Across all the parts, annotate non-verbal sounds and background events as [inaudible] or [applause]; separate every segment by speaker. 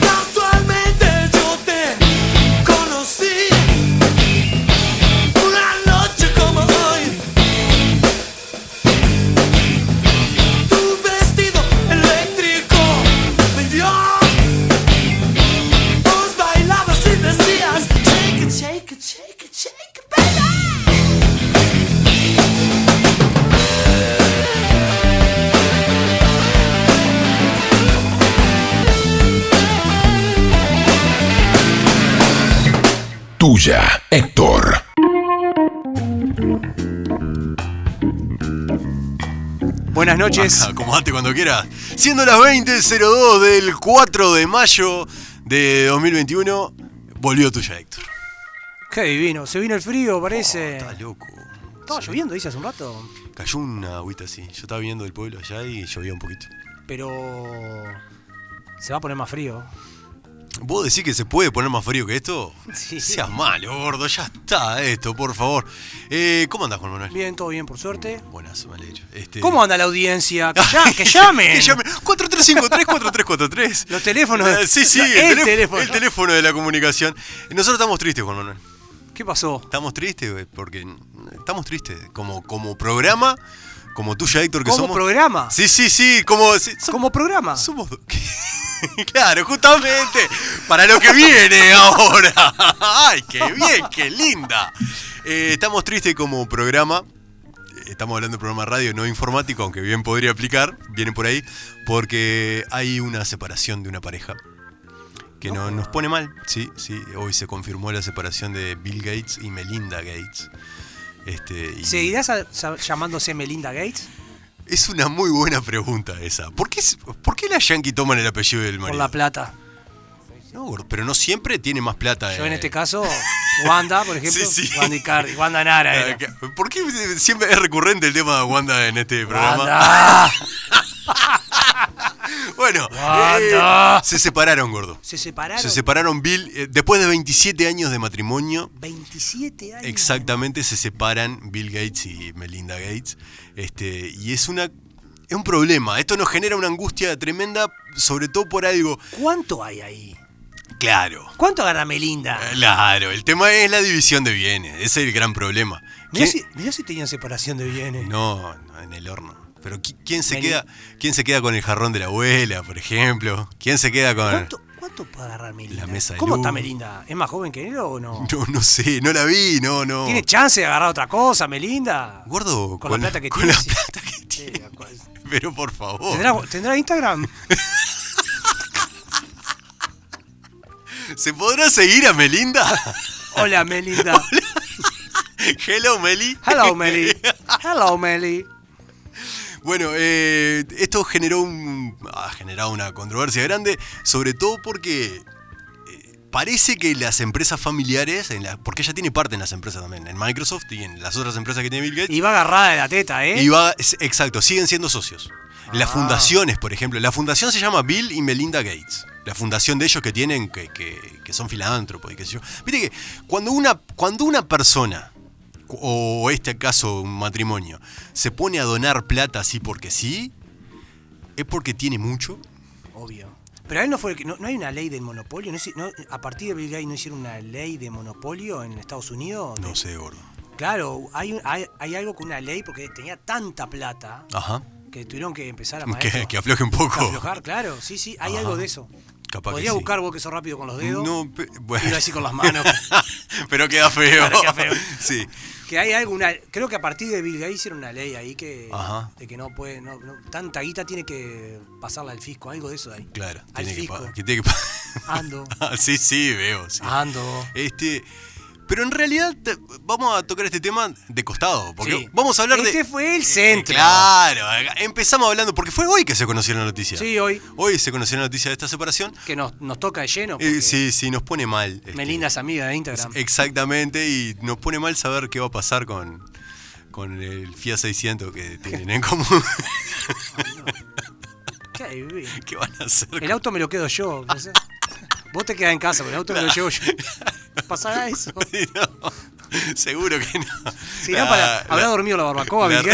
Speaker 1: Casualmente yo te conocí una noche como hoy. Tu vestido eléctrico me dio. Vos bailabas y decías shake it, shake it, shake it, shake it, baby.
Speaker 2: Tuya, Héctor.
Speaker 3: Buenas
Speaker 4: [laughs]
Speaker 3: noches.
Speaker 4: Acomodate cuando quieras. Siendo las 20.02 del 4 de mayo de 2021, volvió tuya, Héctor. Oh,
Speaker 3: Qué divino. Se vino el frío, parece.
Speaker 4: Está loco.
Speaker 3: Estaba lloviendo, dice hace Oh, un rato.
Speaker 4: Cayó una agüita así. Yo estaba viniendo del pueblo allá y llovía un poquito.
Speaker 3: Pero. Se va a poner más frío.
Speaker 4: ¿Vos decís que se puede poner más frío que esto?
Speaker 3: Sí.
Speaker 4: Seas malo, gordo. Ya está esto, por favor. Eh, ¿Cómo andás, Juan Manuel?
Speaker 3: Bien, todo bien, por suerte.
Speaker 4: Buenas, me alegro. Este-
Speaker 3: ¿Cómo anda la [laughs] audiencia? Que, ya- que llamen.
Speaker 4: que llamen. 4353-4343.
Speaker 3: Los teléfonos.
Speaker 4: Eh, sí, sí,
Speaker 3: El
Speaker 4: telé-
Speaker 3: teléfono.
Speaker 4: el teléfono de la comunicación. Nosotros estamos tristes, Juan Manuel.
Speaker 3: ¿Qué pasó?
Speaker 4: Estamos tristes güey, porque estamos tristes como, como programa, como tuya Héctor que
Speaker 3: ¿Como
Speaker 4: somos.
Speaker 3: programa?
Speaker 4: Sí, sí, sí, como sí, som-
Speaker 3: ¿Como programa?
Speaker 4: Ah. somos do- [laughs] Claro, justamente para lo que viene ahora. [laughs] Ay, qué bien, qué linda. Eh, estamos tristes como programa. Eh, Estamos hablando de programa radio no informático, aunque bien podría aplicar, viene por ahí, porque hay una separación de una pareja que
Speaker 3: Ah.
Speaker 4: no- nos pone mal. Sí, sí, hoy se confirmó la separación de Bill Gates y Melinda Gates. Este, y-
Speaker 3: ¿Seguirás a- sa- llamándose Melinda Gates?
Speaker 4: Es una muy buena pregunta esa. ¿Por qué, es- por qué las Yankee toman el apellido del
Speaker 3: Por
Speaker 4: marido?
Speaker 3: la plata.
Speaker 4: No, gordo, pero no siempre tiene más plata.
Speaker 3: Yo
Speaker 4: eh.
Speaker 3: en este caso, Wanda, por ejemplo.
Speaker 4: Sí, sí.
Speaker 3: Wanda Icardi, Wanda Nara.
Speaker 4: Ah,
Speaker 3: Era.
Speaker 4: que- ¿Por qué siempre es recurrente el tema de Wanda en este programa?
Speaker 3: Wanda.
Speaker 4: Bueno,
Speaker 3: Wanda.
Speaker 4: eh, se separaron, gordo.
Speaker 3: Se separaron.
Speaker 4: Se separaron Bill, eh, después de 27 años de matrimonio,
Speaker 3: 27 años.
Speaker 4: exactamente se separan Bill Gates y Melinda Gates. Este, y es una es un problema. Esto nos genera una angustia tremenda, sobre todo por algo.
Speaker 3: ¿Cuánto hay ahí?
Speaker 4: Claro.
Speaker 3: ¿Cuánto gana Melinda?
Speaker 4: Eh, Claro, el tema es la división de bienes, ese es el gran problema.
Speaker 3: Mirá
Speaker 4: ¿Quién-
Speaker 3: si, mirá si tenían separación de bienes.
Speaker 4: No, no, en el horno. Pero qui- ¿quién se,
Speaker 3: Vení.
Speaker 4: queda, ¿quién se queda con el jarrón de la abuela, por ejemplo? ¿Quién se queda con...?
Speaker 3: ¿Cuánto, ¿Cuánto puede agarrar Melinda?
Speaker 4: La mesa de
Speaker 3: ¿Cómo
Speaker 4: luz.
Speaker 3: está Melinda? ¿Es más joven que él o no?
Speaker 4: No, no sé, no la vi, no, no.
Speaker 3: ¿Tiene chance de agarrar otra cosa, Melinda?
Speaker 4: Gordo,
Speaker 3: Con, la plata que
Speaker 4: con
Speaker 3: tiene.
Speaker 4: la
Speaker 3: sí.
Speaker 4: plata [laughs] que tiene.
Speaker 3: Sí, con-
Speaker 4: Pero por favor.
Speaker 3: ¿Tendrá,
Speaker 4: [laughs]
Speaker 3: tendrá Instagram?
Speaker 4: ¿Se podrá seguir a Melinda? [laughs]
Speaker 3: Hola, Melinda.
Speaker 4: Hello, Meli. [laughs]
Speaker 3: Hello, Meli. Hello, Meli.
Speaker 4: Bueno, eh, esto generó un, ha generado una controversia grande, sobre todo porque eh, parece que las empresas familiares, en la- porque ella tiene parte en las empresas también, en Microsoft y en las otras empresas que tiene Bill Gates,
Speaker 3: Iba agarrada de la teta, ¿eh?
Speaker 4: y va- es- exacto, siguen siendo socios. Las
Speaker 3: Ah.
Speaker 4: fundaciones, por ejemplo, la fundación se llama Bill y Melinda Gates. La fundación de ellos que tienen, que, que- que son filántropos y qué sé yo. Mire que cuando una, cuando una persona, cu- o este caso un matrimonio, se pone a donar plata así porque sí, es porque tiene mucho.
Speaker 3: Obvio. Pero a él no fue el que. No, no hay una ley del monopolio? ¿No hici- no- ¿A partir de Bill Gates no hicieron una ley de monopolio en Estados Unidos?
Speaker 4: No sé, gordo.
Speaker 3: Claro, hay, un- hay, hay algo con una ley porque tenía tanta plata
Speaker 4: Ajá.
Speaker 3: que tuvieron que empezar a
Speaker 4: Que,
Speaker 3: maestro,
Speaker 4: Ah. que afloje un poco.
Speaker 3: a aflojar, claro. Sí, sí, hay
Speaker 4: Ajá.
Speaker 3: algo de eso.
Speaker 4: Capaz que
Speaker 3: Podría
Speaker 4: sí.
Speaker 3: buscar vos que sos rápido con los dedos.
Speaker 4: No, pe- bueno. [laughs]
Speaker 3: Iba así con las manos.
Speaker 4: Pero queda feo.
Speaker 3: Claro, queda feo.
Speaker 4: Sí.
Speaker 3: Que hay alguna. Creo que a partir de Bill Gates hicieron una ley ahí que.
Speaker 4: Ajá.
Speaker 3: De que no puede. No, no- tanta guita tiene que pasarla al fisco. Algo de eso ahí.
Speaker 4: Claro,
Speaker 3: Al
Speaker 4: tiene que,
Speaker 3: fisco.
Speaker 4: pa- que tiene que
Speaker 3: [laughs]
Speaker 4: pa- [laughs]
Speaker 3: Ando.
Speaker 4: Ah, sí, sí, veo. sí.
Speaker 3: Ando.
Speaker 4: Este, pero en realidad te- vamos a tocar este tema de costado, porque
Speaker 3: Sí.
Speaker 4: vamos a hablar de
Speaker 3: Este fue el
Speaker 4: Eh,
Speaker 3: centro.
Speaker 4: claro, acá- empezamos hablando porque fue hoy que se conoció la noticia.
Speaker 3: Sí, hoy.
Speaker 4: Hoy se conoció la noticia de esta separación.
Speaker 3: Que nos, nos toca de lleno.
Speaker 4: Eh,
Speaker 3: porque
Speaker 4: sí, sí, nos pone mal. este,
Speaker 3: Melinda es amiga de Instagram.
Speaker 4: Exactamente, y nos pone mal saber qué va a pasar con, con el Fiat 600
Speaker 3: [laughs]
Speaker 4: que tienen en común. [laughs]
Speaker 3: ¿Qué hay, bebé?
Speaker 4: ¿Qué van a hacer?
Speaker 3: El auto me lo quedo yo.
Speaker 4: [laughs]
Speaker 3: no sé. Vos te quedás en casa, pero el auto me lo llevo yo. ¿Pasará eso?
Speaker 4: [laughs] No, seguro que no.
Speaker 3: Si no, para,
Speaker 4: Ah, La-
Speaker 3: habrá
Speaker 4: la-
Speaker 3: dormido la barbacoa,
Speaker 4: la-
Speaker 3: Bill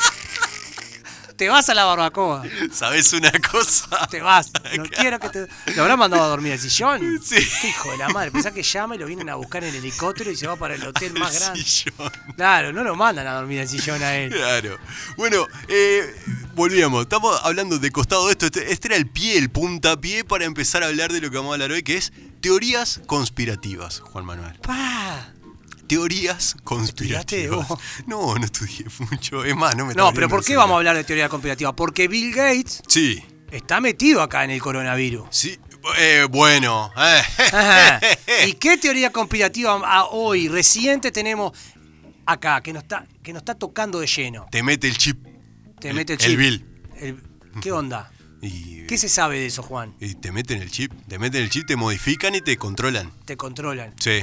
Speaker 3: Gates. te vas a la barbacoa.
Speaker 4: ¿Sabes una cosa?
Speaker 3: Te vas. No
Speaker 4: Claro.
Speaker 3: quiero que te. ¿Lo habrán mandado a dormir al sillón?
Speaker 4: Sí.
Speaker 3: Qué hijo de la madre. Pensás que llama y lo vienen a buscar en helicóptero y se va para el hotel más
Speaker 4: El
Speaker 3: grande.
Speaker 4: sillón.
Speaker 3: Claro, no lo mandan a dormir al sillón a él.
Speaker 4: Claro. Bueno, eh, volvíamos. Estamos hablando de costado de esto. Este, este era el pie, el puntapié para empezar a hablar de lo que vamos a hablar hoy, que es teorías conspirativas, Juan Manuel.
Speaker 3: Pa.
Speaker 4: Teorías
Speaker 3: ¿Estudiaste
Speaker 4: conspirativas.
Speaker 3: vos?
Speaker 4: No, no estudié mucho. Es más, no me
Speaker 3: No,
Speaker 4: está
Speaker 3: pero
Speaker 4: abriendo
Speaker 3: ¿por qué
Speaker 4: el
Speaker 3: vamos a
Speaker 4: celular.
Speaker 3: hablar de teoría conspirativa? Porque Bill Gates
Speaker 4: Sí,
Speaker 3: está metido acá en
Speaker 4: [laughs]
Speaker 3: el coronavirus.
Speaker 4: sí. eh, bueno. eh.
Speaker 3: Ajá. ¿Y qué teoría conspirativa a hoy reciente tenemos acá que nos está que nos está tocando de lleno?
Speaker 4: [laughs] Te mete el chip.
Speaker 3: Te
Speaker 4: El-
Speaker 3: mete el
Speaker 4: el
Speaker 3: chip.
Speaker 4: Bill.
Speaker 3: El- ¿Qué onda?
Speaker 4: Y,
Speaker 3: ¿Qué se sabe de eso, Juan?
Speaker 4: y te meten el chip. Te meten el chip, te modifican y te controlan.
Speaker 3: Te controlan.
Speaker 4: Sí.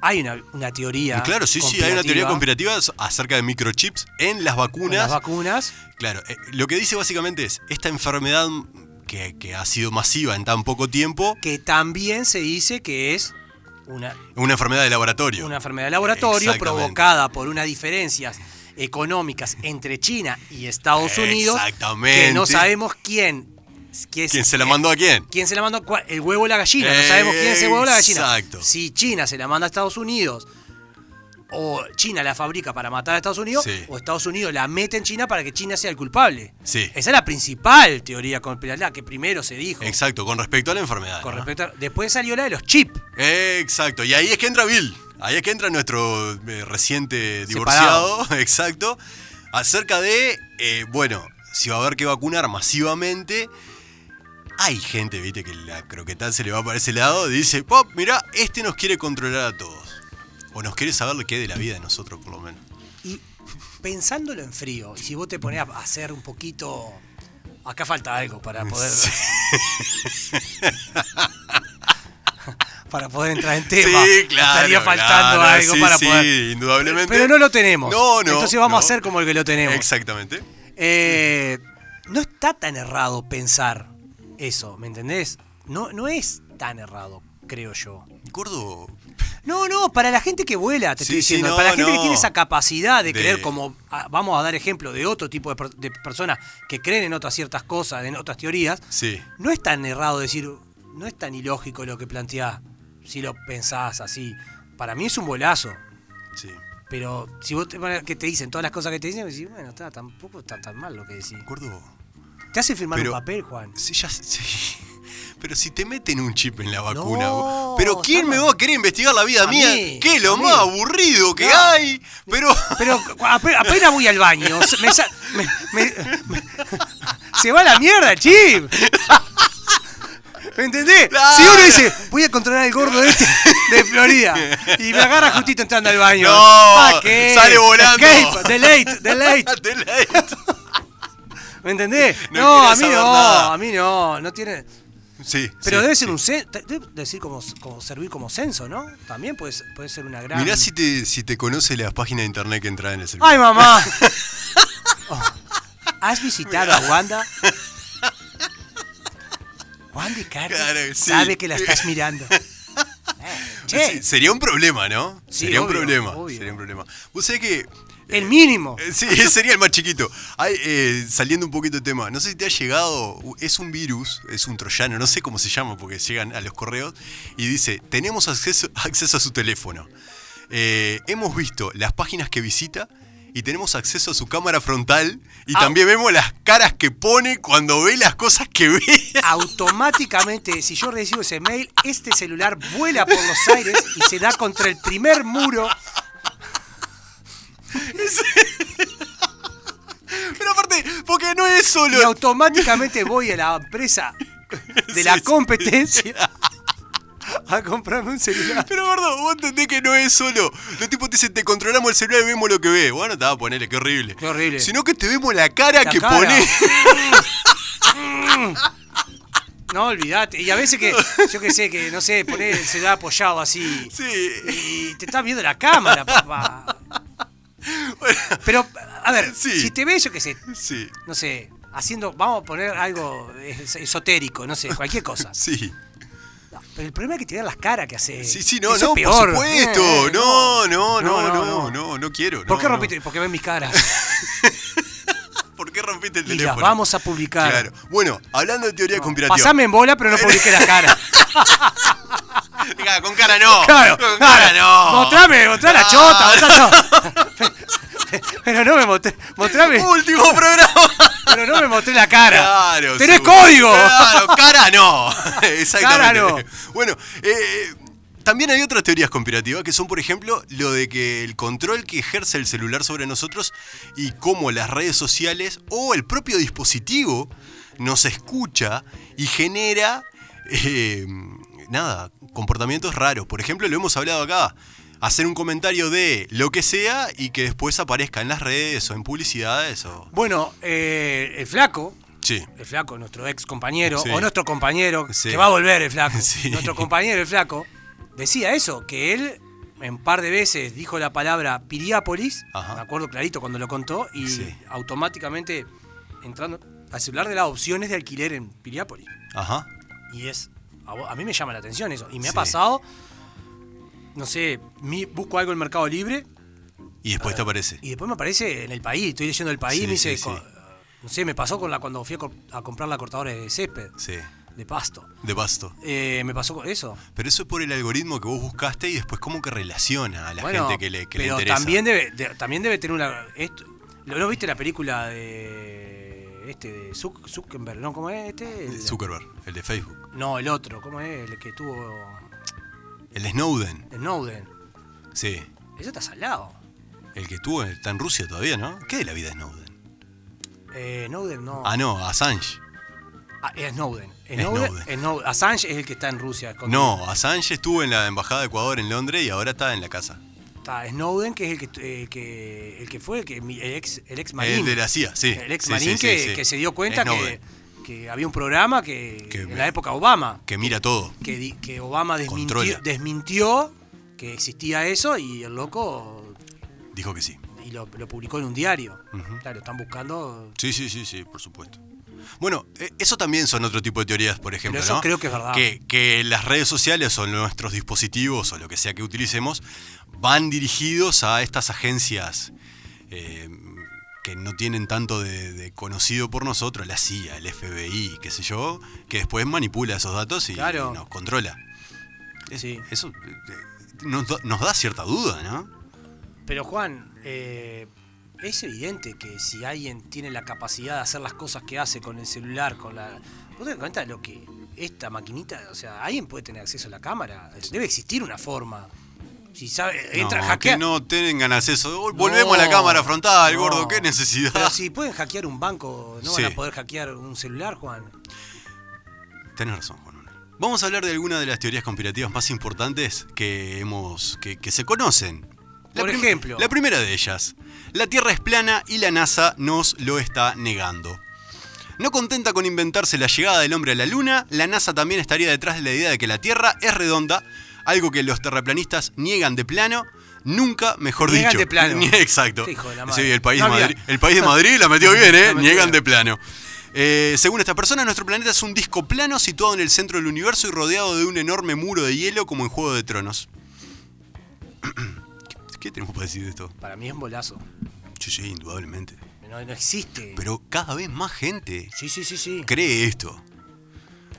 Speaker 3: Hay una, una teoría.
Speaker 4: Claro, sí, sí, hay una teoría
Speaker 3: conspirativa
Speaker 4: conspirativa acerca de microchips en las
Speaker 3: con
Speaker 4: vacunas.
Speaker 3: Las vacunas.
Speaker 4: claro, eh, lo que dice básicamente es, esta enfermedad que, que ha sido masiva en tan poco tiempo,
Speaker 3: Que también se dice que es una,
Speaker 4: una enfermedad de laboratorio.
Speaker 3: una enfermedad de laboratorio
Speaker 4: Exactamente.
Speaker 3: provocada por unas diferencias económicas entre China y Estados Unidos. Que no
Speaker 4: Exactamente.
Speaker 3: sabemos quién. es-
Speaker 4: ¿Quién se la mandó a quién?
Speaker 3: ¿Quién se la mandó? ¿Cuál? El huevo o la gallina. No sabemos quién es el huevo o la gallina.
Speaker 4: Exacto.
Speaker 3: Si China se la manda a Estados Unidos, o China la fabrica para matar a Estados Unidos,
Speaker 4: Sí.
Speaker 3: o Estados Unidos la mete en China para que China sea el culpable.
Speaker 4: Sí.
Speaker 3: Esa es la principal teoría conspirativa que primero se dijo.
Speaker 4: Exacto, con respecto a la enfermedad.
Speaker 3: Con
Speaker 4: ¿no?
Speaker 3: respecto a- después salió la de los chips.
Speaker 4: Exacto, y ahí es que entra Bill, ahí es que entra nuestro eh, reciente divorciado, [laughs] exacto, acerca de, eh, bueno, si va a haber que vacunar masivamente, hay gente, viste, que la croquetal se le va para ese lado, dice, pop, mirá, este nos quiere controlar a todos, o nos quiere saber lo que es de la vida de nosotros, por lo menos.
Speaker 3: Y pensándolo en frío, y si vos te ponés a hacer un poquito. Acá falta algo para poder. [laughs] para poder entrar en tema. Estaría faltando
Speaker 4: claro,
Speaker 3: algo
Speaker 4: sí,
Speaker 3: para
Speaker 4: sí,
Speaker 3: poder.
Speaker 4: indudablemente.
Speaker 3: Pero no lo tenemos.
Speaker 4: No, no,
Speaker 3: Entonces vamos
Speaker 4: no.
Speaker 3: a hacer como el que lo tenemos.
Speaker 4: Exactamente.
Speaker 3: Eh, no está tan errado pensar eso, ¿me entendés? No, no es tan errado, creo yo.
Speaker 4: Gordo,
Speaker 3: No, no, para la gente que vuela, te
Speaker 4: Sí,
Speaker 3: estoy
Speaker 4: sí,
Speaker 3: diciendo.
Speaker 4: no,
Speaker 3: para la gente que
Speaker 4: no.
Speaker 3: tiene esa capacidad de,
Speaker 4: De-
Speaker 3: creer, como ah, vamos a dar ejemplo de otro tipo de, per- de personas que creen en otras ciertas cosas, en otras teorías,
Speaker 4: sí.
Speaker 3: no es tan errado decir, no es tan ilógico lo que planteás si lo pensás así. Para mí es un bolazo.
Speaker 4: Sí.
Speaker 3: Pero si vos te, que te dicen todas las cosas que te dicen, decís, bueno, está, tampoco está tan mal lo que decís.
Speaker 4: Gordo,
Speaker 3: Te hace firmar
Speaker 4: Pero-
Speaker 3: un papel, Juan.
Speaker 4: Sí, ya sé, [laughs] sí. Pero si te meten un chip en la vacuna,
Speaker 3: No,
Speaker 4: bo- pero ¿quién
Speaker 3: estamos-
Speaker 4: me va a querer investigar la vida
Speaker 3: A
Speaker 4: mía?
Speaker 3: mí,
Speaker 4: ¿Qué es
Speaker 3: a
Speaker 4: lo
Speaker 3: mí.
Speaker 4: más aburrido que
Speaker 3: No.
Speaker 4: hay? Pero [laughs]
Speaker 3: Pero cu- ape- apenas voy al baño. se- me sa- me- me- me- se va a la mierda, chip. ¿Me entendés?
Speaker 4: Claro.
Speaker 3: Si uno dice, voy a controlar al gordo este de Florida y me agarra justito entrando al baño.
Speaker 4: No,
Speaker 3: ¿Pa' qué?
Speaker 4: sale volando.
Speaker 3: Escape, delete, delete.
Speaker 4: Te la-
Speaker 3: ¿Me entendés?
Speaker 4: No quiere
Speaker 3: No, a mí
Speaker 4: saber
Speaker 3: no,
Speaker 4: nada.
Speaker 3: a mí no, no tiene.
Speaker 4: Sí.
Speaker 3: Pero
Speaker 4: sí,
Speaker 3: debe ser
Speaker 4: sí.
Speaker 3: un censo, debe decir como, como servir como censo, ¿no? También puede, ser- puede ser una gran.
Speaker 4: Mirá si te, si te conoce las páginas de internet que entra en el celular. [laughs]
Speaker 3: ¡Ay, mamá! Oh, ¿Has visitado a Wanda? Wanda y Cardi
Speaker 4: Claro, sí.
Speaker 3: sabe que la
Speaker 4: [laughs]
Speaker 3: estás mirando. Eh,
Speaker 4: Sí,
Speaker 3: che,
Speaker 4: sería un problema, ¿no?
Speaker 3: Sí,
Speaker 4: sería un
Speaker 3: obvio,
Speaker 4: problema.
Speaker 3: obvio.
Speaker 4: Sería un problema. Vos sabés que.
Speaker 3: el mínimo.
Speaker 4: eh, Sí, [laughs] sería el más chiquito. Ay, eh, saliendo un poquito de tema, no sé si te ha llegado, es un virus, es un troyano, no sé cómo se llama porque llegan a los correos y dice, tenemos acceso, [laughs] acceso a su teléfono. Eh, hemos visto las páginas que visita y tenemos acceso a su cámara frontal y
Speaker 3: Ah.
Speaker 4: también vemos las caras que pone cuando ve las cosas que [laughs] ve.
Speaker 3: Automáticamente, si yo recibo ese mail, este celular vuela por los aires y se da contra el
Speaker 4: [laughs]
Speaker 3: primer muro.
Speaker 4: Pero aparte, porque no es
Speaker 3: y
Speaker 4: solo...
Speaker 3: automáticamente voy a la empresa de
Speaker 4: Sí,
Speaker 3: la
Speaker 4: sí.
Speaker 3: competencia [laughs] a comprarme un celular.
Speaker 4: Pero gordo, vos entendés que no es solo. Los tipos te dicen, te controlamos el celular y vemos lo que ve. Bueno, te va a ponerle, qué horrible.
Speaker 3: Qué horrible.
Speaker 4: Sino que te vemos la cara
Speaker 3: La
Speaker 4: que
Speaker 3: cara.
Speaker 4: pones.
Speaker 3: [laughs] No, olvidate. Y a veces que, yo que sé, que no sé, poner el celular apoyado así.
Speaker 4: [laughs] Sí.
Speaker 3: Y te estás viendo la cámara, papá. Pero, a ver,
Speaker 4: Sí.
Speaker 3: si te ves, yo qué sé,
Speaker 4: Sí,
Speaker 3: no sé, haciendo, vamos a poner algo es- esotérico, no sé, cualquier cosa.
Speaker 4: sí.
Speaker 3: No, pero el problema es que te vean las caras que hace.
Speaker 4: Sí, sí, no,
Speaker 3: Eso
Speaker 4: no,
Speaker 3: es peor.
Speaker 4: por supuesto.
Speaker 3: Eh,
Speaker 4: No, no, no, no, no, no, quiero.
Speaker 3: ¿Por
Speaker 4: no,
Speaker 3: qué
Speaker 4: no.
Speaker 3: rompiste? Porque ven mis caras.
Speaker 4: ¿Por qué rompiste [laughs] el
Speaker 3: Y
Speaker 4: teléfono?
Speaker 3: las vamos a publicar.
Speaker 4: Claro. Bueno, hablando de teoría conspirativa.
Speaker 3: Pasame en bola,
Speaker 4: [laughs]
Speaker 3: pero no publiqué la cara.
Speaker 4: Diga, Con cara no.
Speaker 3: Claro,
Speaker 4: Con cara
Speaker 3: claro.
Speaker 4: no. Ah,
Speaker 3: Mostrame, mostrame la
Speaker 4: [laughs]
Speaker 3: chota, mostrá todo. [laughs] Pero no me mostré, mostrame,
Speaker 4: Último
Speaker 3: [laughs]
Speaker 4: programa.
Speaker 3: pero no me mostré la cara.
Speaker 4: Claro.
Speaker 3: ¡Tenés
Speaker 4: seguro.
Speaker 3: código!
Speaker 4: Claro, cara
Speaker 3: [laughs]
Speaker 4: no. Exactamente.
Speaker 3: Cara
Speaker 4: Bueno, eh, también hay otras teorías conspirativas que son, por ejemplo, lo de que el control que ejerce el celular sobre nosotros y cómo las redes sociales o el propio dispositivo nos escucha y genera, eh, nada, comportamientos raros. Por ejemplo, lo hemos hablado acá. Hacer un comentario de lo que sea y que después aparezca en las redes o en publicidades o...
Speaker 3: Bueno, eh, el flaco,
Speaker 4: Sí.
Speaker 3: el flaco, nuestro ex compañero,
Speaker 4: Sí.
Speaker 3: o nuestro compañero,
Speaker 4: Sí.
Speaker 3: que va a volver el
Speaker 4: [laughs]
Speaker 3: flaco,
Speaker 4: Sí.
Speaker 3: nuestro compañero el flaco, decía eso, que él en par de veces dijo la palabra Piriápolis,
Speaker 4: Ajá.
Speaker 3: me acuerdo clarito cuando lo contó, y
Speaker 4: Sí.
Speaker 3: automáticamente entrando al celular de las opciones de alquiler en Piriápolis.
Speaker 4: Ajá.
Speaker 3: Y es. A, vo- a mí me llama la atención eso. Y me ha
Speaker 4: Sí.
Speaker 3: pasado. No sé, mi- busco algo en Mercado Libre
Speaker 4: Y después te aparece.
Speaker 3: y después me aparece en el país. Estoy leyendo el país
Speaker 4: Sí,
Speaker 3: y me dice.
Speaker 4: sí,
Speaker 3: co-
Speaker 4: sí.
Speaker 3: No sé, me pasó con la cuando fui a, co- a comprar la cortadora de césped,
Speaker 4: Sí.
Speaker 3: de pasto.
Speaker 4: De Basto.
Speaker 3: Eh, me pasó con eso.
Speaker 4: Pero eso es por el algoritmo que vos buscaste y después cómo que relaciona a la
Speaker 3: Bueno,
Speaker 4: gente que le, que le
Speaker 3: pero
Speaker 4: interesa.
Speaker 3: También debe, de- también debe tener una. Esto, ¿lo- ¿No viste la película de. Este, de Zuc- Zuckerberg? ¿No? ¿Cómo es este? El-
Speaker 4: Zuckerberg, el de Facebook.
Speaker 3: no, el otro. ¿Cómo es? El que tuvo.
Speaker 4: El de Snowden,
Speaker 3: Snowden.
Speaker 4: sí.
Speaker 3: Eso está salado.
Speaker 4: El que estuvo, está en Rusia todavía, ¿no? ¿Qué de la vida de Snowden?
Speaker 3: Eh, Snowden no.
Speaker 4: Ah, no, Assange.
Speaker 3: Ah, es Snowden. Snowden,
Speaker 4: Snowden.
Speaker 3: Snow- Assange es el que está en Rusia. escondido.
Speaker 4: No, Assange estuvo en la Embajada de Ecuador en Londres y ahora está en la casa.
Speaker 3: Está Snowden, que es el que, el que, el que fue, el, que, mi- el ex, el ex marín.
Speaker 4: El de la CIA, sí.
Speaker 3: El ex
Speaker 4: Sí,
Speaker 3: marín
Speaker 4: sí, sí,
Speaker 3: que,
Speaker 4: sí.
Speaker 3: que se dio cuenta que,
Speaker 4: Snowden,
Speaker 3: que había un programa que,
Speaker 4: Que
Speaker 3: en
Speaker 4: me-
Speaker 3: la época Obama,
Speaker 4: Que mira todo.
Speaker 3: que, di- que Obama
Speaker 4: Controla.
Speaker 3: desmintió, desmintió que existía eso y el loco
Speaker 4: Dijo que sí.
Speaker 3: y lo, lo publicó en un diario.
Speaker 4: Ujú.
Speaker 3: Claro, están buscando...
Speaker 4: Sí, sí, sí, sí, por supuesto. Bueno, eh, eso también son otro tipo de teorías, por ejemplo,
Speaker 3: eso
Speaker 4: ¿no?
Speaker 3: creo que es verdad.
Speaker 4: Que, que las redes sociales o nuestros dispositivos o lo que sea que utilicemos van dirigidos a estas agencias eh, que no tienen tanto de, de conocido por nosotros, la CIA, el FBI, qué sé yo, que después manipula esos datos y,
Speaker 3: Claro.
Speaker 4: y nos controla. Es-
Speaker 3: Sí.
Speaker 4: Eso eh, nos, da- nos da cierta duda, ¿no?
Speaker 3: Pero Juan, eh, es evidente que si alguien tiene la capacidad de hacer las cosas que hace con el celular, con la... ¿Vos te das cuenta de lo que esta maquinita, o sea, alguien puede tener acceso a la cámara? Debe existir una forma. Si sabe, entra,
Speaker 4: no,
Speaker 3: hackea-
Speaker 4: que no tengan acceso.
Speaker 3: No,
Speaker 4: Volvemos a la cámara frontal,
Speaker 3: no.
Speaker 4: gordo, qué necesidad. [laughs]
Speaker 3: Pero si pueden hackear un banco, ¿no van
Speaker 4: Sí.
Speaker 3: a poder hackear un celular, Juan?
Speaker 4: Tenés razón, Juan. Manuel. Vamos a hablar de algunas de las teorías conspirativas más importantes que hemos. que, que se conocen.
Speaker 3: Por
Speaker 4: prim-
Speaker 3: ejemplo.
Speaker 4: La primera de ellas. La Tierra es plana y la NASA nos lo está negando. No contenta con inventarse la llegada del hombre a la Luna, la NASA también estaría detrás de la idea de que la Tierra es redonda, algo que los terraplanistas niegan de plano, nunca, mejor
Speaker 3: Niegan
Speaker 4: dicho.
Speaker 3: de plano.
Speaker 4: Nie- [laughs] Exacto.
Speaker 3: Qué hijo de la
Speaker 4: Sí,
Speaker 3: madre.
Speaker 4: el país,
Speaker 3: No
Speaker 4: de
Speaker 3: había-
Speaker 4: Madrid, el país de Madrid la metió bien, ¿eh?
Speaker 3: La metió
Speaker 4: Niegan
Speaker 3: bien.
Speaker 4: de plano. Eh, según esta persona, nuestro planeta es un disco plano situado en el centro del universo y rodeado de un enorme muro de hielo como en Juego de Tronos. [clears throat] ¿Qué- ¿Qué tenemos para decir de esto?
Speaker 3: Para mí es un bolazo.
Speaker 4: Sí, sí, indudablemente.
Speaker 3: No, no existe.
Speaker 4: Pero cada vez más gente
Speaker 3: Sí, sí, sí, sí.
Speaker 4: cree esto.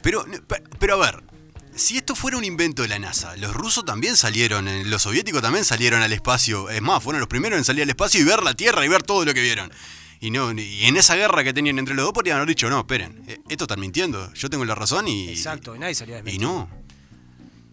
Speaker 4: Pero, pe- pero a ver, si esto fuera un invento de la NASA, los rusos también salieron, eh, los soviéticos también salieron al espacio. Es más, fueron los primeros en salir al espacio y ver la Tierra y ver todo lo que vieron. Y, no, y en esa guerra que tenían entre los dos podrían haber dicho, no, esperen, eh, esto están mintiendo, yo tengo la razón y...
Speaker 3: Exacto, y nadie salía de
Speaker 4: Y no.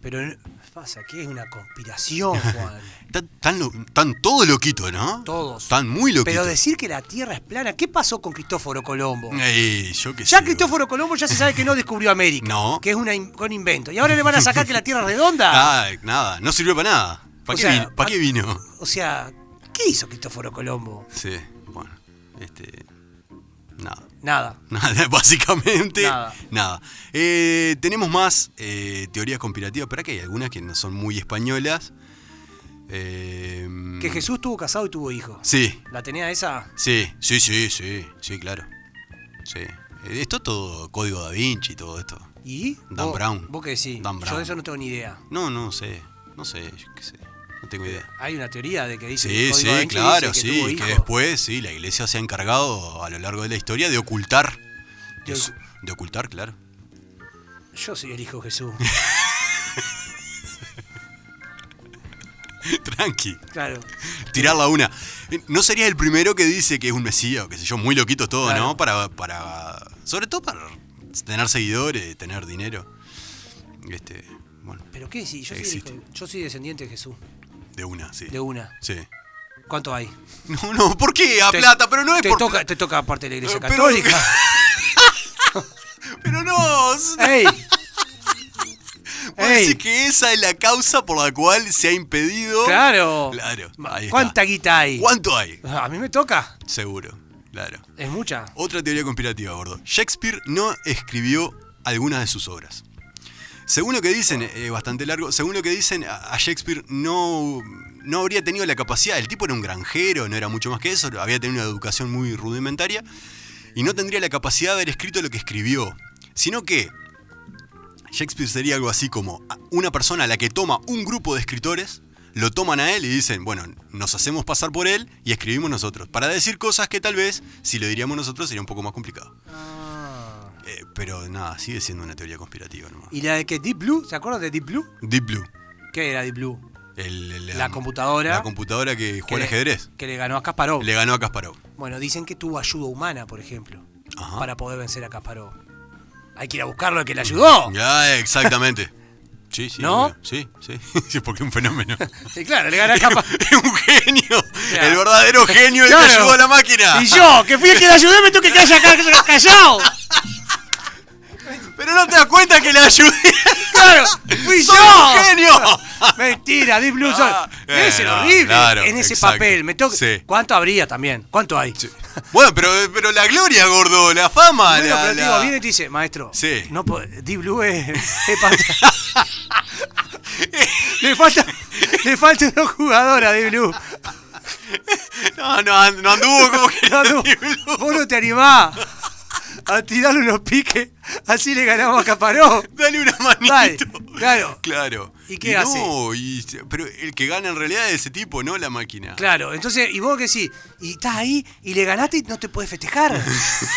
Speaker 3: Pero no- pasa que es una
Speaker 4: [laughs]
Speaker 3: conspiración, Juan.
Speaker 4: Están, están lo- están todos loquitos, ¿no?
Speaker 3: Todos.
Speaker 4: Están muy
Speaker 3: Pero
Speaker 4: loquitos.
Speaker 3: decir que la Tierra es plana, ¿qué pasó con Cristóforo Colombo?
Speaker 4: Ey, yo qué
Speaker 3: Ya
Speaker 4: sé,
Speaker 3: Cristóforo Colombo ya se sabe que no descubrió
Speaker 4: [laughs]
Speaker 3: América,
Speaker 4: No.
Speaker 3: que es una in- un invento. Y ahora le van a sacar que la Tierra es redonda.
Speaker 4: [laughs] Ah, nada, no sirvió para nada. ¿Para
Speaker 3: O
Speaker 4: qué,
Speaker 3: sea,
Speaker 4: vin- pa'
Speaker 3: pa-
Speaker 4: qué vino?
Speaker 3: O sea, ¿qué hizo Cristóforo Colombo?
Speaker 4: Sí, bueno, este... Nada. [laughs]
Speaker 3: Nada.
Speaker 4: Nada, básicamente. Nada.
Speaker 3: Nada.
Speaker 4: Eh, tenemos más eh, teorías conspirativas, pero acá hay algunas que no son muy españolas. Eh,
Speaker 3: Que Jesús estuvo casado y tuvo hijo.
Speaker 4: Sí,
Speaker 3: ¿La tenía esa?
Speaker 4: sí, sí, sí, sí, sí, claro. Sí. Eh, Esto es todo código da Vinci, todo esto.
Speaker 3: ¿Y?
Speaker 4: Dan
Speaker 3: Vos-
Speaker 4: Brown.
Speaker 3: ¿Vos qué decís?
Speaker 4: Dan
Speaker 3: Yo
Speaker 4: Brown.
Speaker 3: de eso no tengo ni idea.
Speaker 4: No, no sé, no sé, yo qué sé, no tengo idea.
Speaker 3: Hay una teoría de que dice que
Speaker 4: Sí,
Speaker 3: el
Speaker 4: sí,
Speaker 3: Código Da Vinci
Speaker 4: claro,
Speaker 3: dice que
Speaker 4: sí.
Speaker 3: tuvo
Speaker 4: Que,
Speaker 3: hijo.
Speaker 4: después, sí, la iglesia se ha encargado a lo largo de la historia de ocultar.
Speaker 3: De
Speaker 4: eso,
Speaker 3: ocu-
Speaker 4: de ocultar, claro.
Speaker 3: Yo soy el hijo
Speaker 4: [laughs]
Speaker 3: de Jesús.
Speaker 4: Tranqui,
Speaker 3: Claro.
Speaker 4: tirarla una. Eh, No serías el primero que dice que es un mesías, o qué sé yo, muy loquito todo,
Speaker 3: Claro.
Speaker 4: ¿no? Para, para. Sobre todo para tener seguidores, tener dinero. Este, bueno,
Speaker 3: ¿Pero qué decís? Yo soy, el
Speaker 4: Existe.
Speaker 3: hijo- yo soy descendiente de Jesús.
Speaker 4: de una, sí.
Speaker 3: De una.
Speaker 4: Sí.
Speaker 3: ¿Cuánto hay?
Speaker 4: No, no, ¿por qué? A
Speaker 3: Te-
Speaker 4: plata, pero no es
Speaker 3: te
Speaker 4: por.
Speaker 3: toca, Te toca parte de la iglesia
Speaker 4: Eh, pero-
Speaker 3: católica.
Speaker 4: Pero no, [laughs]
Speaker 3: ¡Ey!
Speaker 4: Vos
Speaker 3: [laughs] ¡Ey!
Speaker 4: decís que esa es la causa por la cual se ha impedido.
Speaker 3: ¡Claro!
Speaker 4: Claro, ahí está.
Speaker 3: ¿Cuánta guita hay? Ah,
Speaker 4: ¿Cuánto hay?
Speaker 3: A mí me toca.
Speaker 4: Seguro, claro.
Speaker 3: Es mucha.
Speaker 4: Otra teoría conspirativa, gordo. Shakespeare no escribió algunas de sus obras. Según lo que dicen, eh, bastante largo, según lo que dicen, a a Shakespeare no, no habría tenido la capacidad. El tipo era un granjero, no era mucho más que eso, había tenido una educación muy rudimentaria y no tendría la capacidad de haber escrito lo que escribió. Sino que Shakespeare sería algo así como a- una persona a la que toma un grupo de escritores, lo toman a él y dicen, bueno, nos hacemos pasar por él y escribimos nosotros. Para decir cosas que tal vez, si lo diríamos nosotros, sería un poco más complicado.
Speaker 3: Ah.
Speaker 4: Eh, pero nada, sigue siendo una teoría conspirativa nomás.
Speaker 3: ¿Y la de que Deep Blue? ¿Se acuerdan de Deep Blue?
Speaker 4: Deep Blue.
Speaker 3: ¿Qué era Deep Blue?
Speaker 4: el- el-
Speaker 3: La computadora.
Speaker 4: La computadora que
Speaker 3: Que
Speaker 4: juega al
Speaker 3: le-
Speaker 4: ajedrez.
Speaker 3: Que le ganó a Kasparov.
Speaker 4: Le ganó a Kasparov.
Speaker 3: Bueno, dicen que tuvo ayuda humana, por ejemplo,
Speaker 4: Ajá.
Speaker 3: para poder vencer a Kasparov. Hay que ir a buscarlo al que le ayudó.
Speaker 4: Ya, exactamente. Sí, sí.
Speaker 3: ¿No?
Speaker 4: obvio. Sí, sí. [laughs] Sí, porque es un
Speaker 3: [laughs]
Speaker 4: fenómeno. [laughs]
Speaker 3: Y claro, le gané a Kasparov.
Speaker 4: es un genio.
Speaker 3: Claro.
Speaker 4: El verdadero genio, el que
Speaker 3: Claro.
Speaker 4: ayudó a la máquina.
Speaker 3: Y yo, que fui el que le ayudé, me tuve que quedar acá callado.
Speaker 4: Pero no te das cuenta que le ayudé.
Speaker 3: Claro, [laughs] fui
Speaker 4: ¡Soy
Speaker 3: yo.
Speaker 4: un genio!
Speaker 3: [laughs] Mentira, Deep Blue Soul.
Speaker 4: Ah, eh,
Speaker 3: Ese era
Speaker 4: no,
Speaker 3: horrible.
Speaker 4: claro,
Speaker 3: en ese
Speaker 4: exacto.
Speaker 3: papel. Me toca.
Speaker 4: Sí.
Speaker 3: ¿Cuánto habría también? ¿Cuánto hay? [laughs]
Speaker 4: Bueno, pero, pero la gloria, gordo, la fama,
Speaker 3: Bueno,
Speaker 4: la-
Speaker 3: pero te
Speaker 4: la-
Speaker 3: digo, viene y te dice, maestro,
Speaker 4: Sí.
Speaker 3: no po- Deep Blue es, es
Speaker 4: [laughs]
Speaker 3: pantalla. le falta, le falta una jugadora Deep Blue.
Speaker 4: [laughs] No, no, and- no anduvo como que
Speaker 3: No, [laughs] no, vos no te animás a tirarle unos piques, así le ganamos a Caparó.
Speaker 4: [laughs] Dale una manito.
Speaker 3: Dale, claro.
Speaker 4: Claro.
Speaker 3: ¿Y qué hace?
Speaker 4: No, y- pero el que gana en realidad es ese tipo, no la máquina.
Speaker 3: Claro, entonces, y vos que sí, y estás ahí y le ganaste y no te puedes festejar.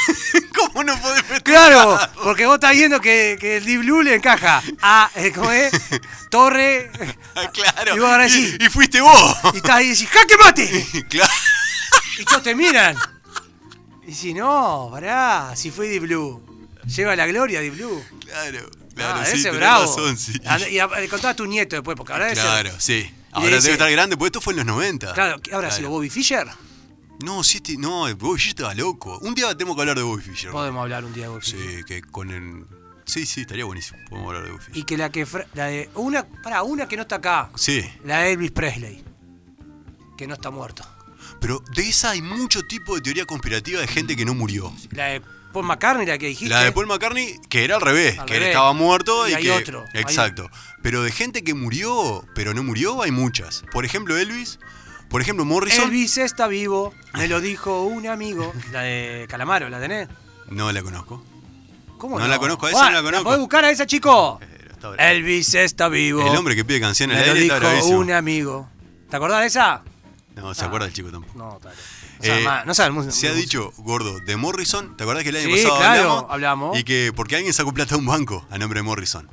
Speaker 4: [laughs] ¿Cómo no podés festejar?
Speaker 3: [laughs] Claro, porque vos estás viendo que, que el Deep Blue le encaja a, eh, ¿cómo es? Torre,
Speaker 4: Ah, Claro.
Speaker 3: Y vos ahora sí.
Speaker 4: Y, y fuiste vos.
Speaker 3: y estás ahí y decís, ¡jaque mate!
Speaker 4: [laughs] claro.
Speaker 3: Y todos te miran. Y si no, pará, si fue Deep Blue. Lleva la gloria Deep Blue.
Speaker 4: Claro. Claro,
Speaker 3: Ah,
Speaker 4: sí,
Speaker 3: ese es
Speaker 4: tenés
Speaker 3: bravo.
Speaker 4: razón, sí.
Speaker 3: Anda- Y a- eh, contá a tu nieto después, porque ahora debe ser-
Speaker 4: Claro, sí. Ahora
Speaker 3: dice-
Speaker 4: debe estar grande, porque esto fue en los 90.
Speaker 3: Claro, ¿qué habrá
Speaker 4: Claro.
Speaker 3: sido Bobby Fischer?
Speaker 4: No, sí, este- no, Bobby Fischer estaba loco. Un día tenemos que hablar de Bobby Fischer.
Speaker 3: Podemos hablar un día de Bobby Fischer.
Speaker 4: Sí, que con el. Sí, sí, estaría buenísimo. Podemos hablar de Bobby Fischer.
Speaker 3: Y que la que. fra- La de, una, pará, una que no está acá.
Speaker 4: Sí,
Speaker 3: La de Elvis Presley. Que no está muerto.
Speaker 4: pero de esa hay mucho tipo de teoría conspirativa de gente que no murió.
Speaker 3: La de Paul McCartney, la que dijiste.
Speaker 4: La de Paul McCartney, que era al revés,
Speaker 3: Al
Speaker 4: que él
Speaker 3: revés.
Speaker 4: estaba muerto
Speaker 3: Y
Speaker 4: y,
Speaker 3: hay
Speaker 4: que.
Speaker 3: otro, hay
Speaker 4: Exacto. Pero de gente que murió, pero no murió, hay muchas. Por ejemplo, Elvis. Por ejemplo, Morrison.
Speaker 3: Elvis está vivo, me lo dijo un amigo. La de Calamaro, ¿la tenés?
Speaker 4: No la conozco.
Speaker 3: ¿Cómo
Speaker 4: No
Speaker 3: no?
Speaker 4: la conozco, a esa no la conozco.
Speaker 3: ¿Puedes buscar a esa, chico?
Speaker 4: Pero está bravo.
Speaker 3: Elvis está vivo.
Speaker 4: El hombre que pide canciones
Speaker 3: Me
Speaker 4: al
Speaker 3: lo
Speaker 4: aire está
Speaker 3: dijo
Speaker 4: bravísimo.
Speaker 3: un amigo. ¿Te acordás de esa?
Speaker 4: No, se
Speaker 3: Ah.
Speaker 4: acuerda el chico tampoco.
Speaker 3: No, tal. No
Speaker 4: Eh,
Speaker 3: sabe más, no sabe el músico.
Speaker 4: Se ha dicho, gordo, de Morrison. ¿Te acordás que el año
Speaker 3: Sí,
Speaker 4: pasado
Speaker 3: claro,
Speaker 4: hablamos?
Speaker 3: hablamos.
Speaker 4: Y que porque alguien sacó plata de un banco a nombre de Morrison.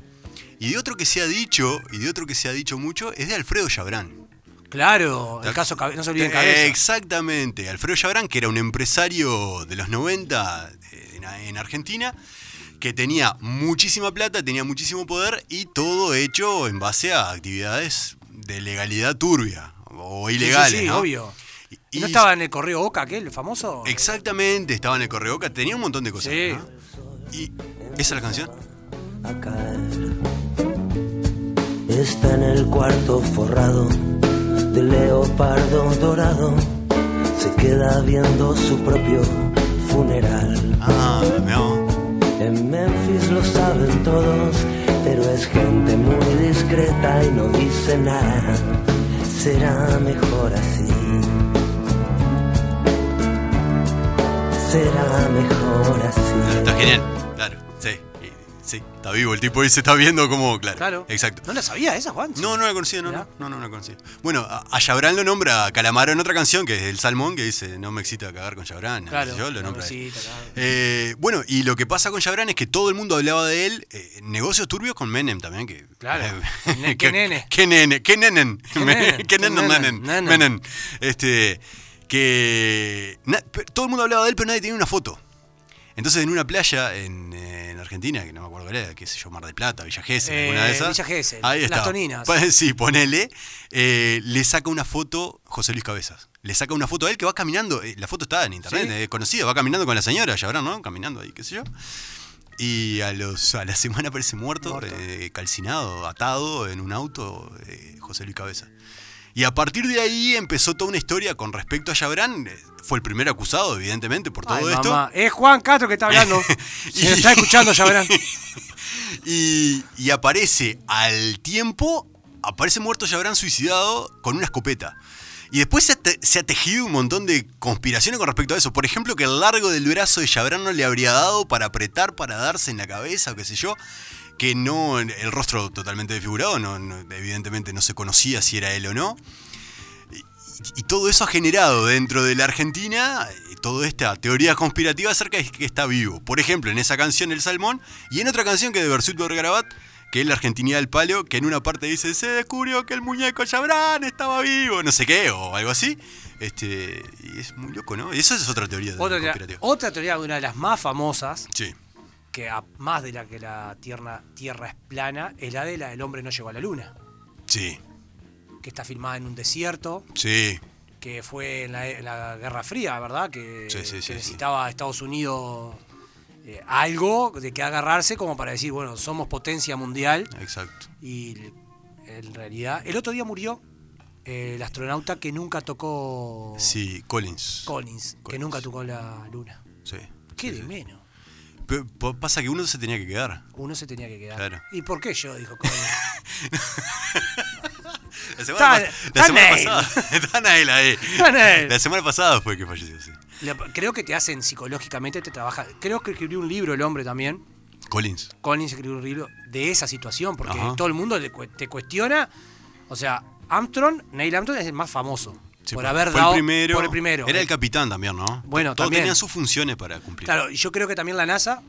Speaker 4: Y de otro que se ha dicho, y de otro que se ha dicho mucho, es de Alfredo Chabrán.
Speaker 3: Claro, el caso Cabe- no se
Speaker 4: Eh,
Speaker 3: olviden cabeza.
Speaker 4: Exactamente. Alfredo Chabrán, que era un empresario de los 90 en, en Argentina, que tenía muchísima plata, tenía muchísimo poder y todo hecho en base a actividades de legalidad turbia o
Speaker 3: Sí, sí,
Speaker 4: ilegales.
Speaker 3: sí,
Speaker 4: ¿no?
Speaker 3: obvio.
Speaker 4: Y-
Speaker 3: ¿Y no
Speaker 4: y-
Speaker 3: estaba en el correo Oca aquel, famoso?
Speaker 4: Exactamente, estaba en el correoca, tenía un montón de cosas.
Speaker 3: Sí.
Speaker 4: ¿no? Y esa es la canción.
Speaker 5: a caer. Está en el cuarto forrado de leopardo dorado. Se queda viendo su propio funeral.
Speaker 4: Ah, no.
Speaker 5: En Memphis lo saben todos, pero es gente muy discreta y no dice nada. será mejor así. Será mejor así.
Speaker 4: Está genial, claro, sí, eh, sí, está vivo el tipo y se está viendo como, claro,
Speaker 3: Claro.
Speaker 4: exacto.
Speaker 3: No la sabía esa, Juan.
Speaker 4: No, no la conocía, no, no,
Speaker 3: Mirá.
Speaker 4: no, no la conocía. Bueno, a, a Chabrán lo nombra a Calamaro en otra canción, que es El Salmón, que dice, no me excita cagar con Chabrán, no
Speaker 3: Claro,
Speaker 4: sé yo lo
Speaker 3: no
Speaker 4: nombra.
Speaker 3: me
Speaker 4: él.
Speaker 3: excita, claro.
Speaker 4: Eh, bueno, y lo que pasa con Chabrán es que todo el mundo hablaba de él, eh, negocios turbios con Menem también, que...
Speaker 3: Claro,
Speaker 4: eh, [laughs] que-
Speaker 3: ne- qué nene.
Speaker 4: Qué nene, qué nenen.
Speaker 3: [laughs]
Speaker 4: [laughs]
Speaker 3: Qué nene,
Speaker 4: Qué
Speaker 3: qué
Speaker 4: neno,
Speaker 3: nene,
Speaker 4: nenen,
Speaker 3: nene.
Speaker 4: Menem. Este, que... na- pe- todo el mundo hablaba de él, pero nadie tenía una foto. Entonces en una playa en, eh, en Argentina, que no me acuerdo cuál era, qué sé yo, Mar del Plata, Villa Gesell, alguna de
Speaker 3: Eh,
Speaker 4: esas.
Speaker 3: Villa Gesell,
Speaker 4: Ahí
Speaker 3: Las
Speaker 4: está.
Speaker 3: Toninas.
Speaker 4: Pa- [laughs] Sí, ponele. eh, le saca una foto José Luis Cabezas. Le saca una foto a él que va caminando. eh, la foto está en internet,
Speaker 3: Sí.
Speaker 4: es conocida. Va caminando con la señora, ya verán, ¿no? Caminando ahí, qué sé yo. Y a, los, a la semana aparece muerto, eh, calcinado, atado en un auto, eh, José Luis Cabezas. Y a partir de ahí empezó toda una historia con respecto a Yabrán. Eh, Fue el primer acusado, evidentemente, por todo
Speaker 3: Ay,
Speaker 4: esto.
Speaker 3: mamá. Es Juan Castro que
Speaker 4: [laughs]
Speaker 3: está hablando.
Speaker 4: Y-
Speaker 3: Si lo está escuchando,
Speaker 4: [laughs]
Speaker 3: ya verán.
Speaker 4: Y, y aparece al tiempo, aparece muerto, ya habrán suicidado con una escopeta. Y después se ha, te- se ha tejido un montón de conspiraciones con respecto a eso. Por ejemplo, que el largo del brazo de Chabrán no le habría dado para apretar, para darse en la cabeza o qué sé yo. Que no, el rostro totalmente desfigurado, no, no- evidentemente no se conocía si era él o no. Y, y todo eso ha generado dentro de la Argentina eh, toda esta teoría conspirativa acerca de que está vivo. Por ejemplo, en esa canción El Salmón y en otra canción que es de Bersuit Bergarabat, que es La Argentinidad del Palio, que en una parte dice se descubrió que el muñeco Chabrán estaba vivo, no sé qué, o algo así. Este, y es muy loco, ¿no? Y eso es otra teoría
Speaker 3: Otra teoría,
Speaker 4: conspirativa.
Speaker 3: otra teoría, una de las más famosas,
Speaker 4: Sí.
Speaker 3: que a- más de la que la tierra, tierra es plana, es la de la del hombre no llegó a la luna.
Speaker 4: Sí.
Speaker 3: Que está filmada en un desierto,
Speaker 4: Sí.
Speaker 3: que fue en la, en la Guerra Fría, ¿verdad? Que,
Speaker 4: Sí, sí, sí,
Speaker 3: que
Speaker 4: sí.
Speaker 3: necesitaba a Estados Unidos eh, algo de que agarrarse como para decir, bueno, somos potencia mundial.
Speaker 4: Exacto.
Speaker 3: Y l- en realidad, el otro día murió eh, el astronauta que nunca tocó
Speaker 4: Sí, Collins.
Speaker 3: Collins, que
Speaker 4: Collins.
Speaker 3: nunca tocó la luna.
Speaker 4: Sí.
Speaker 3: Qué
Speaker 4: Sí,
Speaker 3: de
Speaker 4: sí.
Speaker 3: menos.
Speaker 4: Pero pa- pasa que uno se tenía que quedar.
Speaker 3: Uno se tenía que quedar.
Speaker 4: Claro.
Speaker 3: ¿Y por qué yo? Dijo Collins.
Speaker 4: [laughs] La semana,
Speaker 3: Está-
Speaker 4: pas-
Speaker 3: está
Speaker 4: la
Speaker 3: Neil.
Speaker 4: semana pasada. [laughs] Está Neil ahí.
Speaker 3: Está Neil.
Speaker 4: La semana pasada fue que falleció, sí.
Speaker 3: Le- Creo que te hacen psicológicamente, te trabaja. Creo que escribió un libro el hombre también.
Speaker 4: Collins.
Speaker 3: Collins escribió un libro de esa situación, porque
Speaker 4: Ajá.
Speaker 3: todo el mundo le cu- te cuestiona. O sea, Armstrong, Neil Armstrong es el más famoso.
Speaker 4: Sí,
Speaker 3: por
Speaker 4: fue-
Speaker 3: haber
Speaker 4: fue
Speaker 3: dado.
Speaker 4: el primero.
Speaker 3: Por el primero. eh.
Speaker 4: Era el capitán también, ¿no?
Speaker 3: Bueno,
Speaker 4: Todos
Speaker 3: también.
Speaker 4: tenían sus funciones para cumplir.
Speaker 3: Claro, y yo creo que también la NASA.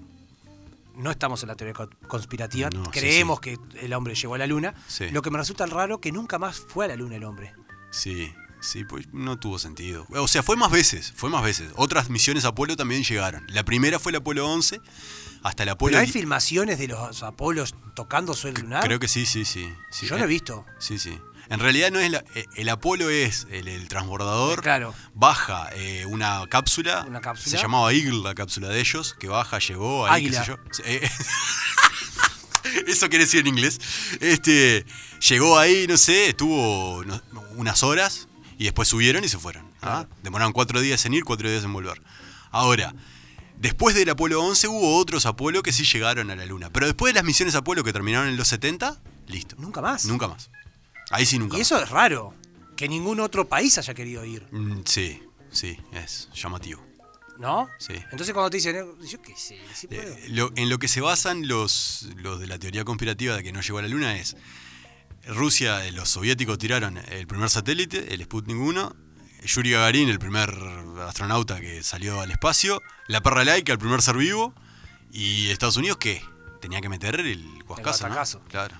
Speaker 3: No estamos en la teoría co- conspirativa.
Speaker 4: No, sí,
Speaker 3: creemos que el hombre llegó a la luna.
Speaker 4: Sí.
Speaker 3: Lo que me resulta raro que nunca más fue a la luna el hombre.
Speaker 4: Sí, sí, pues no tuvo sentido. O sea, fue más veces, fue más veces. Otras misiones Apolo también llegaron. La primera fue el Apolo 11, hasta el Apolo
Speaker 3: Pero hay
Speaker 4: 10.
Speaker 3: filmaciones de los Apolos tocando su lunar.
Speaker 4: Creo que sí, sí, sí. sí. eh.
Speaker 3: Yo lo he visto.
Speaker 4: Sí, sí. En realidad no es la- eh, el Apolo es el, el transbordador.
Speaker 3: Claro.
Speaker 4: Baja eh, una cápsula.
Speaker 3: Una
Speaker 4: Se
Speaker 3: cápsula.
Speaker 4: llamaba Eagle la cápsula de ellos, que baja, llegó, ahí, qué
Speaker 3: Águila.
Speaker 4: sé yo. Sí, eh, [laughs] Eso quiere decir en inglés. Este, llegó ahí, no sé, estuvo no- unas horas y después subieron y se fueron. ¿ah? Demoraron cuatro días en ir, cuatro días en volver. Ahora, después del Apolo 11 hubo otros Apolo que sí llegaron a la Luna. Pero después de las misiones Apolo que terminaron en los 70, listo.
Speaker 3: Nunca más.
Speaker 4: Nunca más. Ahí sí nunca
Speaker 3: Y eso es raro. Que ningún otro país haya querido ir.
Speaker 4: más. Mm, sí, sí, es llamativo.
Speaker 3: ¿No?
Speaker 4: Sí.
Speaker 3: Entonces cuando te dicen, eh, yo qué sé, sí
Speaker 4: Eh,
Speaker 3: puedo.
Speaker 4: lo- en lo que se basan los, los de la teoría conspirativa de que no llegó a la Luna es Rusia, eh, los soviéticos tiraron el primer satélite, el Sputnik 1, Yuri Gagarin, el primer astronauta que salió al espacio, la perra laica, el primer ser vivo, y Estados Unidos que tenía que meter el guascazo. ¿no?
Speaker 3: batacazo.
Speaker 4: Claro.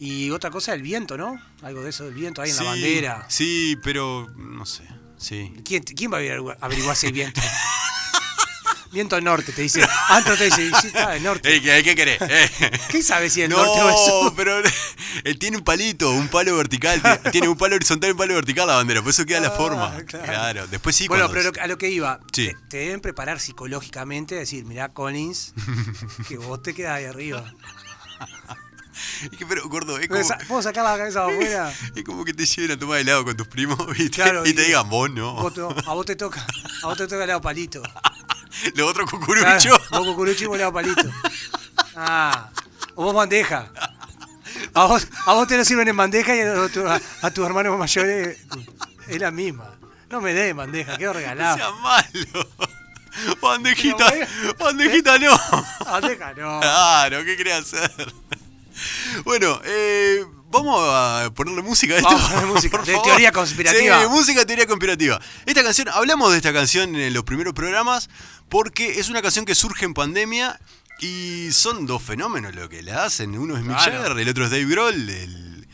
Speaker 3: Y otra cosa, el viento, ¿no? Algo de eso del viento ahí en
Speaker 4: Sí,
Speaker 3: la bandera.
Speaker 4: Sí, pero no sé. Sí.
Speaker 3: ¿Quién, quién va a averigua- averiguar si hay viento? [laughs] viento norte, te dice. Antes te dice, sí, está Ah, del
Speaker 4: [laughs]
Speaker 3: norte.
Speaker 4: Ey, ¿Qué, qué querés? Eh.
Speaker 3: [laughs] ¿Qué sabes si es
Speaker 4: no,
Speaker 3: norte o es sur?
Speaker 4: [laughs] pero él tiene un palito, un palo vertical. ti- tiene un palo horizontal y un palo vertical la bandera, por eso queda la forma. Claro. Después sí,
Speaker 3: Ah, Bueno,
Speaker 4: cuando-
Speaker 3: pero lo que- a lo que iba,
Speaker 4: Sí.
Speaker 3: te, te deben preparar psicológicamente, decir,
Speaker 4: [laughs]
Speaker 3: mirá Collins, que vos te quedás ahí arriba.
Speaker 4: Es que, pero, gordo, es como,
Speaker 3: ¿Puedo sa- ¿Puedo sacar la cabeza para afuera?
Speaker 4: es como que te lleven a tomar helado con tus primos [laughs] y te,
Speaker 3: Claro,
Speaker 4: y te
Speaker 3: y-
Speaker 4: digan, vos [laughs] no.
Speaker 3: Vos no, a vos te toca, a vos te toca el lado palito.
Speaker 4: [laughs] Los otros
Speaker 3: Claro,
Speaker 4: [laughs] cucuruchos. [laughs]
Speaker 3: Ah, Vos cucurucho y vos le das palito. Ah. O vos bandeja. A vos, a vos te lo sirven en bandeja y a, tu- a- a tus hermanos mayores es la misma. No me des bandeja, quedo
Speaker 4: No sea [laughs]
Speaker 3: regalado.
Speaker 4: malo. Bandejita,
Speaker 3: Pero, bueno,
Speaker 4: bandejita no.
Speaker 3: [laughs] Ah, Bandeja no.
Speaker 4: Claro, ¿qué quería hacer? [laughs] Bueno, eh, vamos a ponerle música a esto.
Speaker 3: Vamos a poner
Speaker 4: [laughs]
Speaker 3: música
Speaker 4: por
Speaker 3: de
Speaker 4: favor.
Speaker 3: teoría conspirativa.
Speaker 4: Sí, música de teoría conspirativa. Esta canción, hablamos de esta canción en los primeros programas porque es una canción que surge en pandemia y son dos fenómenos lo que la hacen. Uno es Mick
Speaker 3: Claro.
Speaker 4: Jagger, el otro es Dave Grohl, el,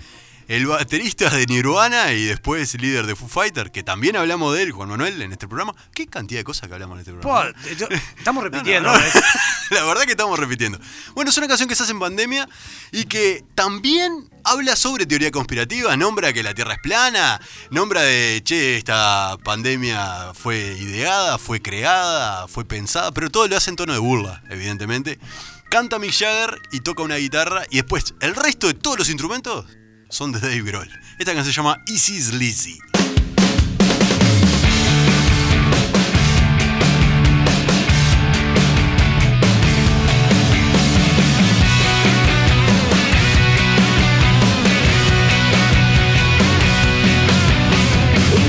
Speaker 4: el baterista de Nirvana y después líder de Foo Fighter, que también hablamos de él, Juan Manuel, en este programa. ¿Qué cantidad de cosas que hablamos en este
Speaker 3: Po,
Speaker 4: programa?
Speaker 3: yo- estamos
Speaker 4: No, no,
Speaker 3: repitiendo. ¿eh?
Speaker 4: no.
Speaker 3: ¿ves?
Speaker 4: [laughs] La verdad que estamos repitiendo. Bueno, es una canción que se hace en pandemia y que también habla sobre teoría conspirativa, nombra que la Tierra es plana, nombra de, che, esta pandemia fue ideada, fue creada, fue pensada, pero todo lo hace en tono de burla, evidentemente. Canta Mick Jagger y toca una guitarra y después el resto de todos los instrumentos son de Dave Grohl. Esta canción se llama Easy Sleazy.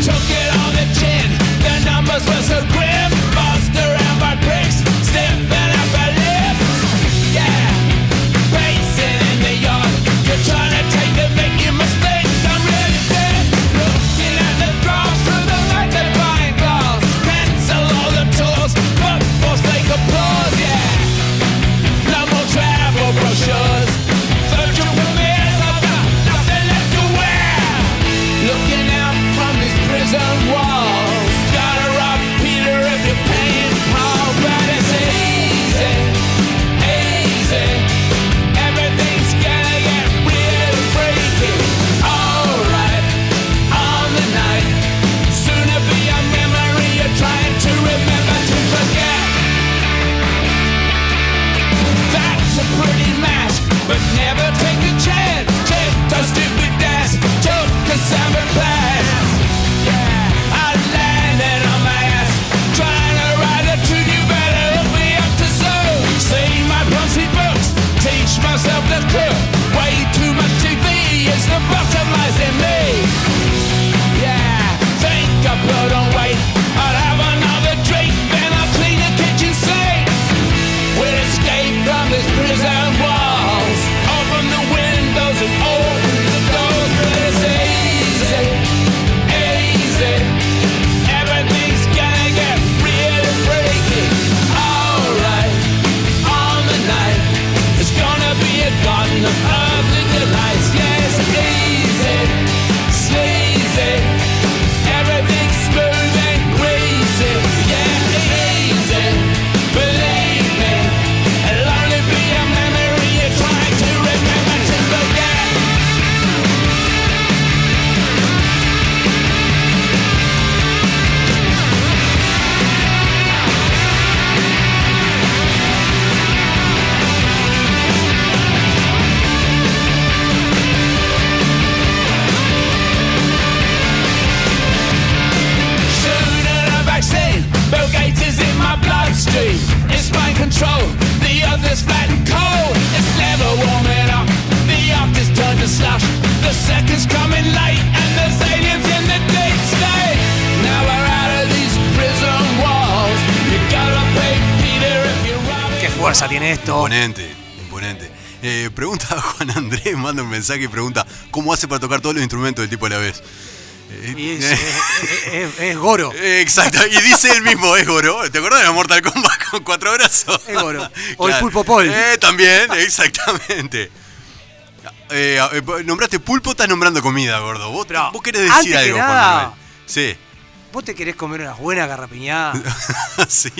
Speaker 6: Took it on the chin. The numbers were so grim. Monster and my bricks sniffing up my lips. Yeah, racing in New York. You're trying to take the making mistakes. I'm really dead. Looking at the drops through the light defying glass. Cancel all the tours. Fuck for sake of applause. Yeah. No more travel brochures. Virgin premieres, I've got nothing left to wear. Looking out from these prison walls. Gotta rob Peter if you're paying Paul, but it's easy, easy. Everything's gonna get real freaky. Alright, on the night. Sooner be a memory you're trying to remember to forget. That's a pretty mask, but never take a chance. Take a stupid dash, joke a summer class. Yeah, I landed on my ass, trying to write a tune. You better hook me up to so. See my glossy books, teach myself to cook. Way too much TV is the bottom lies in me. Yeah, think I put on weight. I'll have another drink, then I'll clean the kitchen sink. We'll escape from these prison walls. Open the windows and open the doors. But it's easy, easy. Everything's gonna get really freaky. Oh. Alright, on the night. It's gonna be a garden of earthly delights. Yes, easy, sleazy. Everything's smooth and greasy. Yeah, easy. Believe me, it'll only be a memory you're trying to remember to forget. Soon a vaccine, Bill Gates is in my bloodstream. It's mind control, the earth is flat and cold. It's never warming up, the earth is turned to slush. The seconds coming late, and there's aliens in the deep state. Now we're out of these prison walls. You gotta pay Peter if you're robbing.
Speaker 3: Qué fuerza tiene esto.
Speaker 4: Imponente, imponente. Eh, pregunta a Juan Andrés, manda un mensaje y pregunta ¿Cómo hace para tocar todos los instrumentos del tipo a la vez? Eh,
Speaker 3: Y es, es- es- es goro.
Speaker 4: eh, Exacto, y dice él mismo, es Goro. ¿Te acordás de la Mortal Kombat con cuatro brazos?
Speaker 3: Es Goro. O
Speaker 4: [laughs]
Speaker 3: el Pulpo Paul.
Speaker 4: Eh, también, exactamente. Eh, eh, nombraste pulpo, estás nombrando comida, gordo. Vos,
Speaker 3: Pero,
Speaker 4: vos querés decir
Speaker 3: antes que
Speaker 4: algo,
Speaker 3: nada-
Speaker 4: Juan Manuel. Sí,
Speaker 3: ¿Vos te querés comer unas buenas
Speaker 4: [laughs]
Speaker 3: garrapiñadas?
Speaker 4: sí.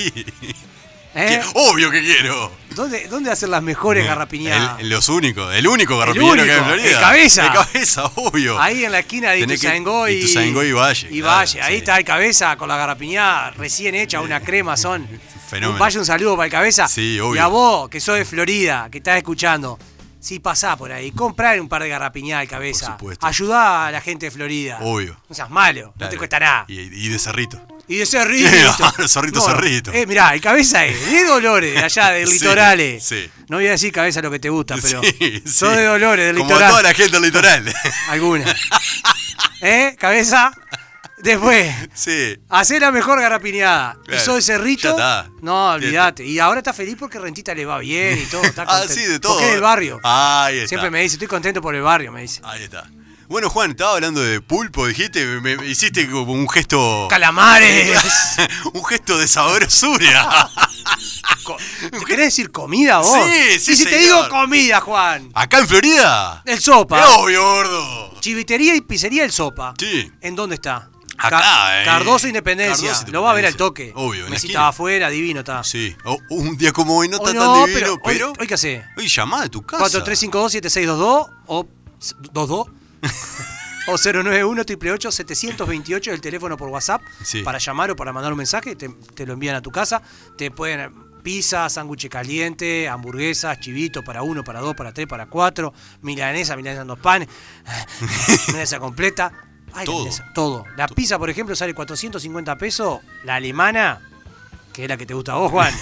Speaker 3: ¿Eh?
Speaker 4: Que- obvio que quiero.
Speaker 3: ¿Dónde, ¿Dónde hacen las mejores garrapiñadas?
Speaker 4: El- los únicos, el único garrapiñero que hay en
Speaker 3: único,
Speaker 4: Florida.
Speaker 3: el cabeza.
Speaker 4: El cabeza, obvio.
Speaker 3: Ahí en la esquina de
Speaker 4: Tenés que-
Speaker 3: Ituzaingó y,
Speaker 4: Ituzaingó y Valle,
Speaker 3: Y
Speaker 4: claro,
Speaker 3: Valle. Ahí
Speaker 4: sí.
Speaker 3: está el cabeza con la garrapiñada recién hecha, una crema son.
Speaker 4: [laughs] Fenómeno.
Speaker 3: Un- Vaya un saludo para el cabeza.
Speaker 4: Sí, obvio.
Speaker 3: Y a vos, que sos de Florida, que estás escuchando. Sí, pasá por ahí. Comprá un par de garrapiñadas al cabeza.
Speaker 4: Por supuesto.
Speaker 3: Ayudá a la gente de Florida.
Speaker 4: Obvio.
Speaker 3: No seas malo, no
Speaker 4: Claro.
Speaker 3: te cuesta nada.
Speaker 4: Y, y de cerrito.
Speaker 3: Y
Speaker 4: [laughs]
Speaker 3: de Cerrito.
Speaker 4: Ah, Zorrito, Zorrito.
Speaker 3: Eh, mirá, el cabeza es de Dolores, de allá
Speaker 4: [laughs]
Speaker 3: del
Speaker 4: Sí,
Speaker 3: litoral. eh.
Speaker 4: sí.
Speaker 3: No voy a decir cabeza lo que te gusta, pero.
Speaker 4: [laughs] Sí,
Speaker 3: Sos
Speaker 4: sí.
Speaker 3: de Dolores, del
Speaker 4: Como
Speaker 3: litoral.
Speaker 4: toda la gente del
Speaker 3: [laughs]
Speaker 4: litoral. [laughs]
Speaker 3: Alguna. ¿Eh? Cabeza. Después.
Speaker 4: sí.
Speaker 3: Hacé la mejor garapiñada.
Speaker 4: Claro,
Speaker 3: Y sos de Cerrito.
Speaker 4: ya está.
Speaker 3: No, olvídate. Y ahora está feliz porque Rentita le va bien y todo. Está
Speaker 4: [laughs] Ah,
Speaker 3: contento.
Speaker 4: sí, de todo. Ah,
Speaker 3: Porque es del barrio.
Speaker 4: Ahí está. Ah,
Speaker 3: Siempre me dice, estoy contento por el barrio, me dice.
Speaker 4: Ahí está. Bueno, Juan, estaba hablando de pulpo, dijiste, me, me hiciste como un gesto.
Speaker 3: ¡Calamares!
Speaker 4: [laughs]
Speaker 3: [laughs]
Speaker 4: un gesto de sabrosura.
Speaker 3: Co- ¿Te querés decir comida vos?
Speaker 4: Sí, sí,
Speaker 3: Y si te
Speaker 4: señor.
Speaker 3: digo comida, Juan.
Speaker 4: Acá en Florida.
Speaker 3: El sopa.
Speaker 4: Es obvio, gordo.
Speaker 3: Chivitería y pizzería El Sopa.
Speaker 4: Sí.
Speaker 3: ¿En dónde está?
Speaker 4: Acá, eh.
Speaker 3: Cardoso Independencia.
Speaker 4: Cardoso Independencia.
Speaker 3: Lo va a ver al toque.
Speaker 4: Obvio, en la
Speaker 3: Mesita
Speaker 4: esquina.
Speaker 3: afuera, divino está.
Speaker 4: Sí. O- un día como hoy no
Speaker 3: O
Speaker 4: está
Speaker 3: Oh, no,
Speaker 4: tan divino,
Speaker 3: pero,
Speaker 4: pero.
Speaker 3: Hoy, hoy qué hace?
Speaker 4: Hoy llamá de tu casa.
Speaker 3: 4352-7622 o
Speaker 4: [laughs]
Speaker 3: 22 o 091 888 728 el teléfono por WhatsApp
Speaker 4: Sí.
Speaker 3: para llamar o para mandar un mensaje, te, te lo envían a tu casa, te pueden pizza, sándwiches caliente, hamburguesas, chivito para uno, para dos, para tres, para cuatro, milanesa, milanesa en dos panes, [laughs] milanesa completa, Ay,
Speaker 4: Todo.
Speaker 3: milanesa, todo. La pizza, por ejemplo, sale 450 pesos, la alemana, que es la que te gusta a vos, Juan,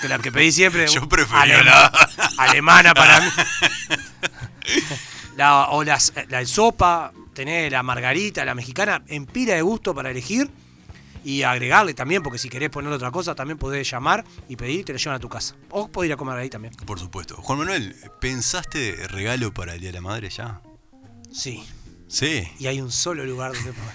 Speaker 3: que la que pedís siempre.
Speaker 4: Yo prefería
Speaker 3: alem-
Speaker 4: la-
Speaker 3: alemana
Speaker 4: [laughs]
Speaker 3: para mí. La, o las- la el sopa, tenés la margarita, la mexicana, en pila de gusto para elegir y agregarle también, porque si querés poner otra cosa, también podés llamar y pedir y te lo llevan a tu casa. O podés ir a comer ahí también.
Speaker 4: Por supuesto. Juan Manuel, ¿pensaste regalo para el Día de la Madre ya?
Speaker 3: Sí.
Speaker 4: Sí.
Speaker 3: Y hay un solo lugar
Speaker 4: [laughs]
Speaker 3: donde podés.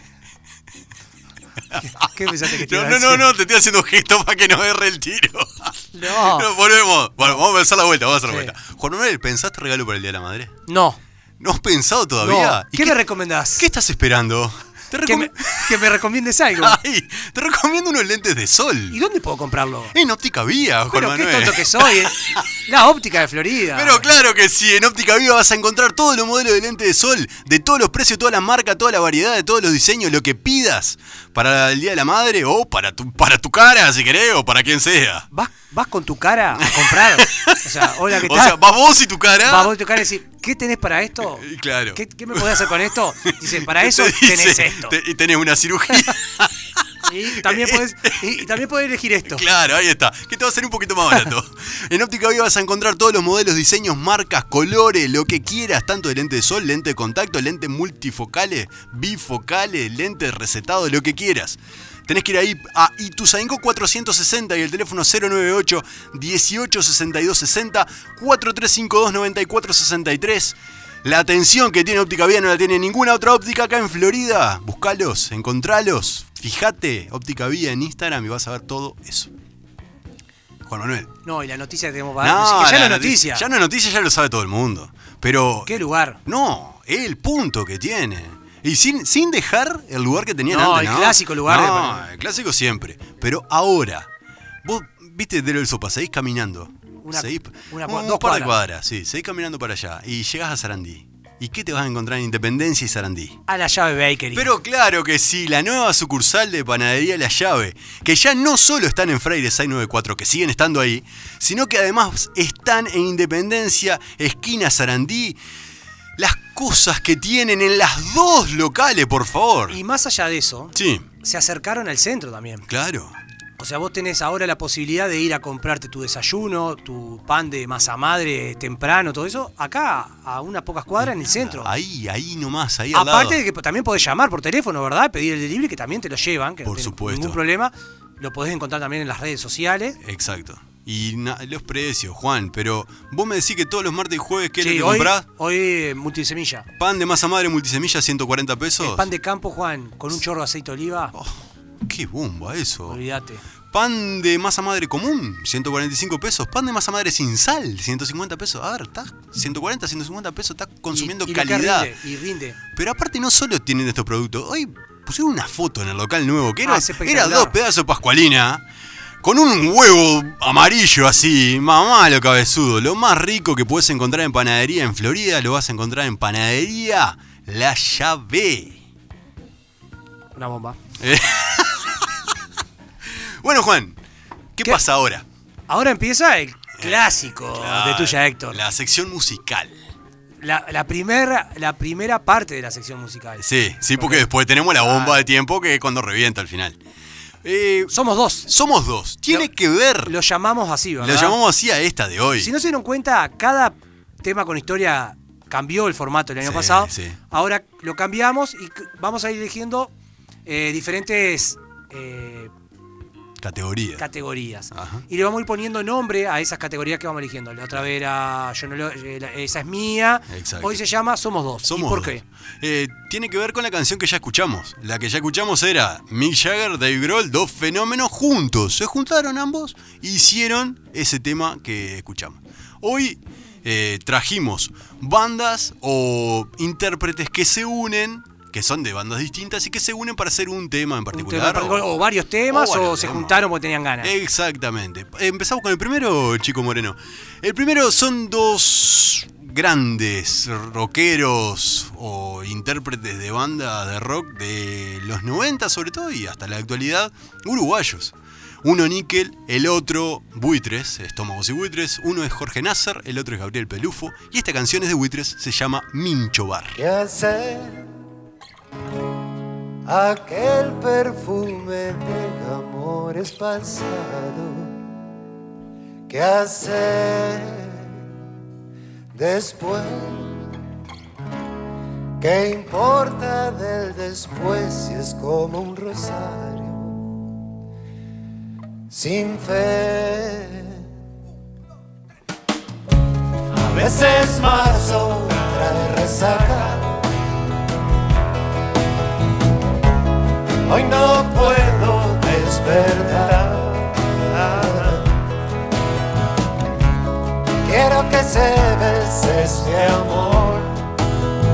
Speaker 3: ¿Qué, qué pensaste que te
Speaker 4: No,
Speaker 3: iba
Speaker 4: no,
Speaker 3: a
Speaker 4: no,
Speaker 3: decir?
Speaker 4: no, te estoy haciendo gestos para que no erre el tiro. [laughs]
Speaker 3: No.
Speaker 4: volvemos. Bueno, vamos a pensar la vuelta, vamos a hacer la
Speaker 3: Ah. Sí.
Speaker 4: vuelta. Juan Manuel, ¿pensaste regalo para el Día de la Madre?
Speaker 3: No.
Speaker 4: ¿No has pensado
Speaker 3: no.
Speaker 4: todavía? ¿Y
Speaker 3: ¿Qué, le recomendás?
Speaker 4: ¿Qué estás esperando? Te,
Speaker 3: que,
Speaker 4: recom-
Speaker 3: me, que me recomiendes algo.
Speaker 4: [laughs] Ay, te recomiendo unos lentes de
Speaker 3: ¿Y
Speaker 4: sol.
Speaker 3: dónde puedo comprarlo?
Speaker 4: En óptica viva, Juan
Speaker 3: Pero qué
Speaker 4: Manuel.
Speaker 3: tonto que
Speaker 4: [laughs]
Speaker 3: soy. eh. La óptica de Florida.
Speaker 4: Pero claro que sí, en Óptica Viva vas a encontrar todos los modelos de lente de sol, de todos los precios, toda la marca, toda la variedad, de todos los diseños, lo que pidas para el Día de la Madre o para tu, para tu cara, si querés, o para quien sea.
Speaker 3: ¿Vas, vas con tu cara a comprar.
Speaker 4: [laughs]
Speaker 3: O sea, hola, ¿qué
Speaker 4: O
Speaker 3: tal?
Speaker 4: sea, vas vos y tu cara.
Speaker 3: Va, vos a tocar y decir, ¿qué tenés para esto?
Speaker 4: Y eh, claro.
Speaker 3: ¿Qué, qué me podés hacer
Speaker 4: [laughs]
Speaker 3: con esto? Dice, para
Speaker 4: ¿Qué
Speaker 3: eso
Speaker 4: te dice?
Speaker 3: tenés esto.
Speaker 4: Te- y tenés una
Speaker 3: [laughs]
Speaker 4: cirugía. [laughs]
Speaker 3: Y también podés, y, y también podés elegir esto.
Speaker 4: Claro, ahí está. Que te va a salir un poquito más barato. en Óptica Viva vas a encontrar todos los modelos, diseños, marcas, colores, lo que quieras, tanto de lente de sol, lente de contacto, lente multifocales, bifocales, lente recetado, lo que quieras. Tenés que ir ahí a Ituzaingó 460 y el teléfono 098 186260 4352 9463. La atención que tiene Óptica Vía no la tiene ninguna otra óptica acá en Florida. Buscalos, encontralos, fíjate Óptica Vía en Instagram y vas a ver todo eso. Juan Manuel.
Speaker 3: No, y la noticia que tenemos para dar. así que ya no
Speaker 4: la
Speaker 3: es noticia.
Speaker 4: Ya no es noticia, ya lo sabe todo el mundo. Pero
Speaker 3: ¿Qué lugar?
Speaker 4: no, el punto que tiene. Y sin, sin dejar el lugar que tenía
Speaker 3: No,
Speaker 4: antes,
Speaker 3: el clásico lugar de
Speaker 4: No,
Speaker 3: Paraná.
Speaker 4: el clásico siempre. Pero ahora, vos, viste, de el sopa, seguís caminando.
Speaker 3: Una-
Speaker 4: Seguís-
Speaker 3: una
Speaker 4: un,
Speaker 3: cua-
Speaker 4: un
Speaker 3: dos
Speaker 4: par de
Speaker 3: cuadras.
Speaker 4: cuadras, sí. Seguís caminando para allá y llegás a Sarandí. ¿Y qué te vas a encontrar en Independencia y Sarandí?
Speaker 3: A la llave Bakery.
Speaker 4: Pero claro que sí, la nueva sucursal de Panadería La Llave, que ya no solo están en Freire 694, que siguen estando ahí, sino que además están en Independencia, esquina Sarandí. Las cosas que tienen en las dos locales, por favor.
Speaker 3: Y más allá de eso,
Speaker 4: Sí,
Speaker 3: se acercaron al centro también.
Speaker 4: claro.
Speaker 3: O sea, vos tenés ahora la posibilidad de ir a comprarte tu desayuno, tu pan de masa madre temprano, todo eso, acá, a unas pocas cuadras en el centro.
Speaker 4: Ahí, ahí nomás, ahí al lado.
Speaker 3: Aparte de que también podés llamar por teléfono, ¿verdad? Pedir el delivery que también te lo llevan, que no
Speaker 4: Por
Speaker 3: tiene
Speaker 4: supuesto.
Speaker 3: ningún problema. Lo podés encontrar también en las redes sociales.
Speaker 4: Exacto. Y na- los precios, Juan, pero vos me decís que todos los martes y jueves, ¿qué es lo
Speaker 3: Sí,
Speaker 4: que
Speaker 3: hoy,
Speaker 4: comprás?
Speaker 3: hoy eh, multisemilla.
Speaker 4: Pan de masa madre multisemilla, 140 pesos.
Speaker 3: El pan de campo, Juan, con un chorro de aceite de oliva,
Speaker 4: Oh, ¡Qué bomba eso!
Speaker 3: olvídate.
Speaker 4: Pan de masa madre común, 145 pesos. Pan de masa madre sin sal, 150 pesos. A ver, estás 140, 150 pesos, estás consumiendo
Speaker 3: Y- y lo que
Speaker 4: calidad.
Speaker 3: rinde, y rinde.
Speaker 4: Pero aparte no solo tienen estos productos, hoy pusieron una foto en el local nuevo, que era,
Speaker 3: Ah, es espectacular.
Speaker 4: era dos pedazos de pascualina, con un huevo amarillo así, mamá lo cabezudo, lo más rico que puedes encontrar en panadería en Florida, lo vas a encontrar en panadería La Llave.
Speaker 3: Una bomba.
Speaker 4: Bueno Juan, ¿qué,
Speaker 3: ¿Qué?
Speaker 4: pasa ahora? Ah,
Speaker 3: Ahora empieza el clásico Ah,
Speaker 4: Eh,
Speaker 3: de tuya, Héctor. La,
Speaker 4: La sección musical.
Speaker 3: la primera, la primera parte de la sección musical.
Speaker 4: Sí, sí, porque después tenemos la bomba de tiempo que es cuando revienta al final. Eh,
Speaker 3: Somos dos.
Speaker 4: somos dos. Tiene
Speaker 3: Lo-
Speaker 4: que ver.
Speaker 3: Lo llamamos así,
Speaker 4: Lo
Speaker 3: ¿verdad?
Speaker 4: llamamos así a esta de hoy.
Speaker 3: Si no se dieron cuenta, cada tema con historia cambió el formato el año
Speaker 4: Sí,
Speaker 3: pasado.
Speaker 4: sí.
Speaker 3: Ahora lo cambiamos y c- vamos a ir eligiendo eh, diferentes eh,
Speaker 4: Categoría.
Speaker 3: categorías.
Speaker 4: Ajá.
Speaker 3: Y le vamos a ir poniendo nombre a esas categorías que vamos eligiendo. La otra vez era yo no lo- eh, la- esa es mía.
Speaker 4: Exacto.
Speaker 3: Hoy se llama Somos Dos.
Speaker 4: Somos
Speaker 3: ¿Y por
Speaker 4: dos.
Speaker 3: qué?
Speaker 4: Eh, tiene que ver con la canción que ya escuchamos. La que ya escuchamos era Mick Jagger, Dave Grohl, dos fenómenos juntos. Se juntaron ambos e hicieron ese tema que escuchamos. Hoy eh, trajimos bandas o intérpretes que se unen, que son de bandas distintas y que se unen para hacer un tema en
Speaker 3: Un
Speaker 4: particular.
Speaker 3: tema particular, o, varios temas o,
Speaker 4: varios
Speaker 3: se
Speaker 4: temas. Eh.
Speaker 3: juntaron porque tenían ganas.
Speaker 4: Exactamente. Empezamos con el primero, Chico Moreno. El primero son dos grandes rockeros o intérpretes de banda de rock de los 90 sobre todo y hasta la actualidad, uruguayos. Uno Níquel, el otro Buitres, Estómagos y Buitres, uno es Jorge Nasser, el otro es Gabriel Pelufo, y esta canción es de Buitres, se llama Mincho Bar.
Speaker 7: ¿Qué hacer? Aquel perfume de amores pasados. ¿Qué hacer después? ¿Qué importa del después si es como un rosario? Sin fe. A veces marzo trae resaca. Hoy no puedo despertar. Quiero que se bese este amor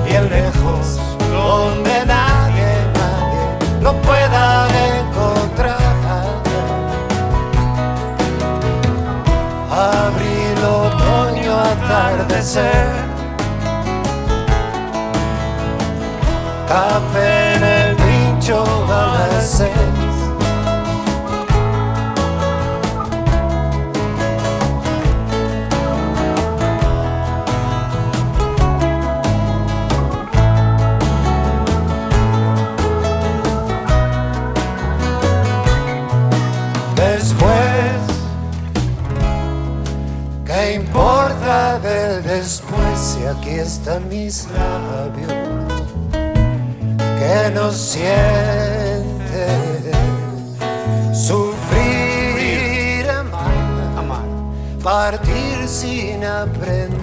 Speaker 7: bien lejos, donde nadie, nadie lo pueda encontrar. Abril, otoño, atardecer. Café en el pincho a las seis. Después ¿Qué importa del después si aquí están mis labios que no sienten sufrir, amar, partir sin aprender,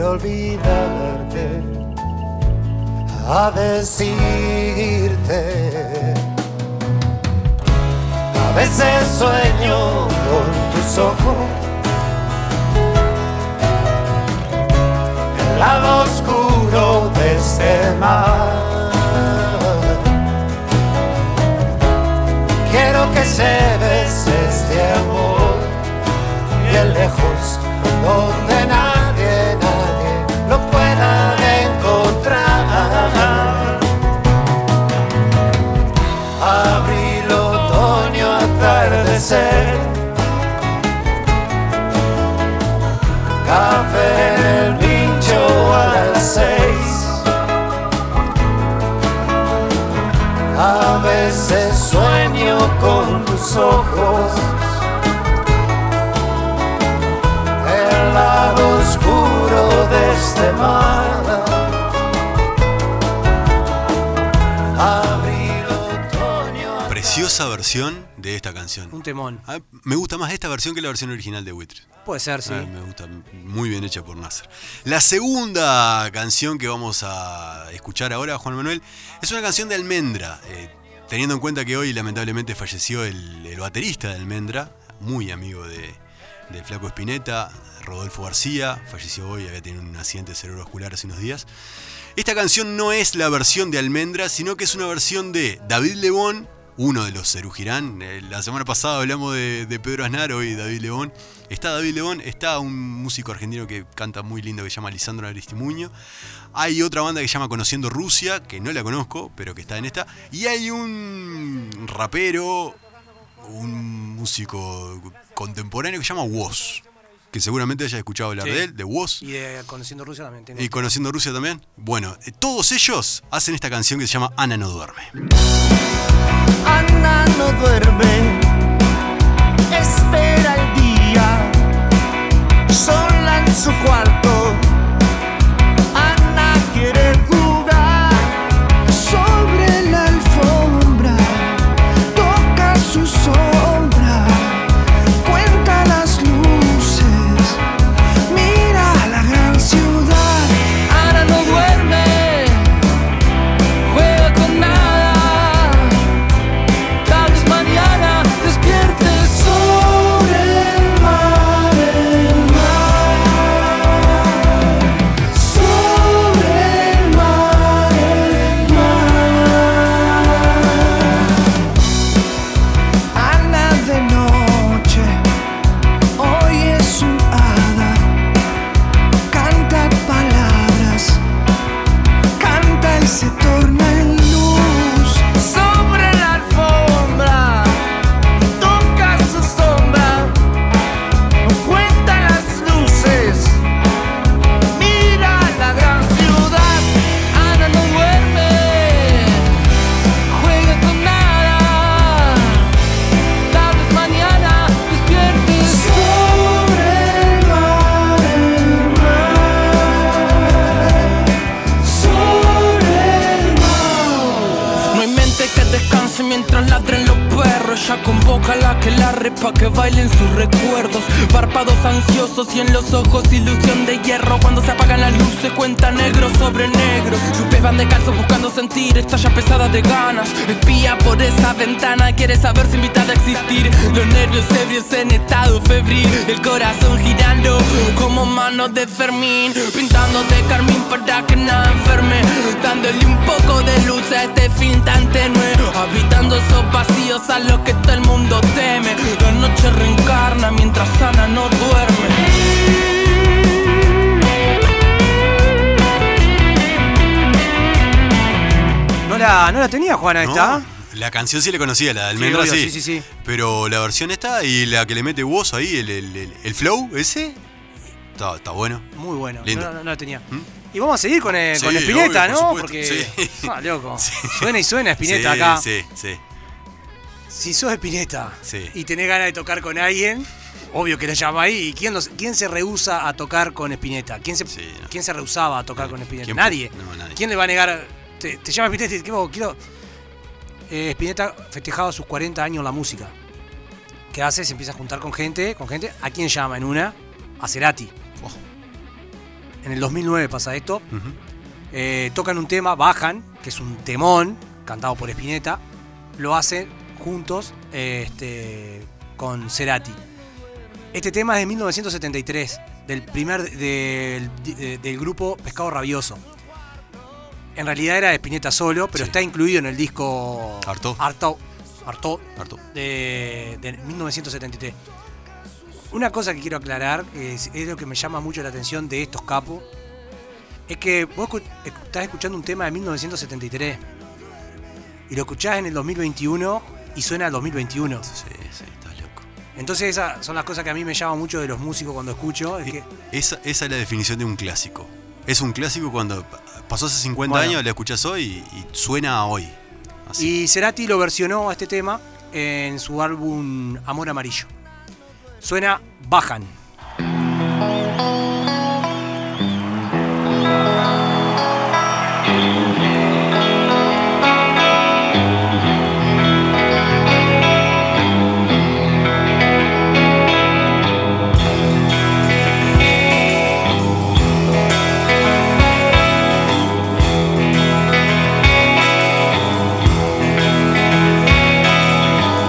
Speaker 7: olvidarte, a decirte? A veces sueño con tus ojos. el lado oscuro de este mar. Quiero que se bese este amor bien lejos, donde nadie, nadie lo pueda encontrar. Abril, otoño, atardecer. café en el pincho a las seis. A veces sueño con tus ojos. El lado oscuro de este mar. Abril, otoño,
Speaker 4: Preciosa versión de esta canción.
Speaker 3: Un temón.
Speaker 4: Ah, Me gusta más esta versión que la versión original de Buitres.
Speaker 3: Puede ser, sí.
Speaker 4: Ah, me gusta, muy bien hecha por Nasser. La segunda canción que vamos a escuchar ahora, Juan Manuel, es una canción de Almendra. eh, teniendo en cuenta que hoy lamentablemente falleció el, el baterista de Almendra, muy amigo de, del Flaco Espineta, Rodolfo García, falleció hoy, había tenido un accidente cerebrovascular hace unos días. Esta canción no es la versión de Almendra, sino que es una versión de David Lebón, uno de los Cerugirán. Eh, La semana pasada hablamos de, de Pedro Aznar, hoy David Lebón. Está David Lebón, está un músico argentino que canta muy lindo que se llama Lisandro Aristimuño. Hay otra banda que se llama Conociendo Rusia, que no la conozco, pero que está en esta. Y hay un rapero, un músico contemporáneo que se llama Woz, que seguramente hayas escuchado hablar
Speaker 3: Sí.
Speaker 4: de él, de Woz.
Speaker 3: Y de Conociendo Rusia también. tengo.
Speaker 4: Y eh, conociendo Rusia también. Bueno, eh, todos ellos hacen esta canción que se llama Ana no duerme.
Speaker 7: Ana no
Speaker 6: Ella convoca a la que la repa que bailen sus recuerdos. Párpados ansiosos y en los ojos ilusión de hierro. Cuando se apagan las luces cuenta negro sobre negro. Chupes van de calzos buscando sentir estalla pesada de ganas. Espía por esa ventana, quiere saber si invitada a existir. Los nervios ebrios en estado febril. El corazón girando como manos de Fermín. Pintando de carmín para que nada enferme. Dándole un poco de luz a este fin tan tenue. Habitando esos vacíos a los que todo el mundo teme. La noche reencarna mientras Ana no duerme.
Speaker 3: No la, no la tenía Juana
Speaker 4: ¿no?
Speaker 3: esta.
Speaker 4: La canción sí la conocía, la de Almendra
Speaker 3: obvio,
Speaker 4: sí.
Speaker 3: sí, sí, sí.
Speaker 4: Pero la versión esta y la que le mete vos ahí, el, el- el- el flow ese, está, está bueno.
Speaker 3: Muy bueno.
Speaker 4: Lindo.
Speaker 3: No, no, no la tenía. Y vamos a seguir con, eh,
Speaker 4: ¿Mm? Sí,
Speaker 3: con Spinetta,
Speaker 4: obvio, por
Speaker 3: ¿no?
Speaker 4: supuesto,
Speaker 3: Porque.
Speaker 4: sí.
Speaker 3: [laughs] Ah, loco.
Speaker 4: Sí.
Speaker 3: Suena y suena Spinetta
Speaker 4: Sí,
Speaker 3: acá.
Speaker 4: Sí, sí.
Speaker 3: Si sos Spinetta
Speaker 4: Sí.
Speaker 3: y tenés ganas de tocar con alguien, obvio que la llama ahí. ¿Y quién, los- quién se rehúsa a tocar con Spinetta? ¿Quién se,
Speaker 4: Sí, no.
Speaker 3: ¿quién se rehusaba a tocar con Spinetta?
Speaker 4: ¿Quién-
Speaker 3: Nadie.
Speaker 4: no, nadie.
Speaker 3: ¿Quién le va a negar? Te, te llama Spinetta y te dice, "Vos, quiero. Eh, Spinetta festejaba sus 40 años en la música. ¿Qué hace? Se empieza a juntar con gente, con gente. ¿A quién llama en una? A Cerati. En el 2009 pasa esto. Eh, tocan un tema, bajan, que es un temón, cantado por Spinetta. Lo hacen juntos eh, este, con Cerati. Este tema es de 1973, del primer del, de- del grupo Pescado Rabioso. En realidad era de Spinetta solo, pero
Speaker 4: Sí.
Speaker 3: está incluido en el disco
Speaker 4: Artaud.
Speaker 3: Artaud- Artaud,
Speaker 4: Harto.
Speaker 3: de, de 1973. Una cosa que quiero aclarar, que es, es lo que me llama mucho la atención de estos capos, es que vos escu- escu- estás escuchando un tema de 1973 y lo escuchás en el 2021 y suena al 2021.
Speaker 4: Sí, sí, está loco.
Speaker 3: Entonces esas son las cosas que a mí me llaman mucho de los músicos cuando escucho. Es que,
Speaker 4: Esa, esa es la definición de un clásico. Es un clásico cuando pa- pasó hace 50
Speaker 3: Bueno.
Speaker 4: años, la escuchás hoy y, y suena a hoy. Así.
Speaker 3: Y Cerati lo versionó a este tema en su álbum Amor Amarillo. Suena Bajan.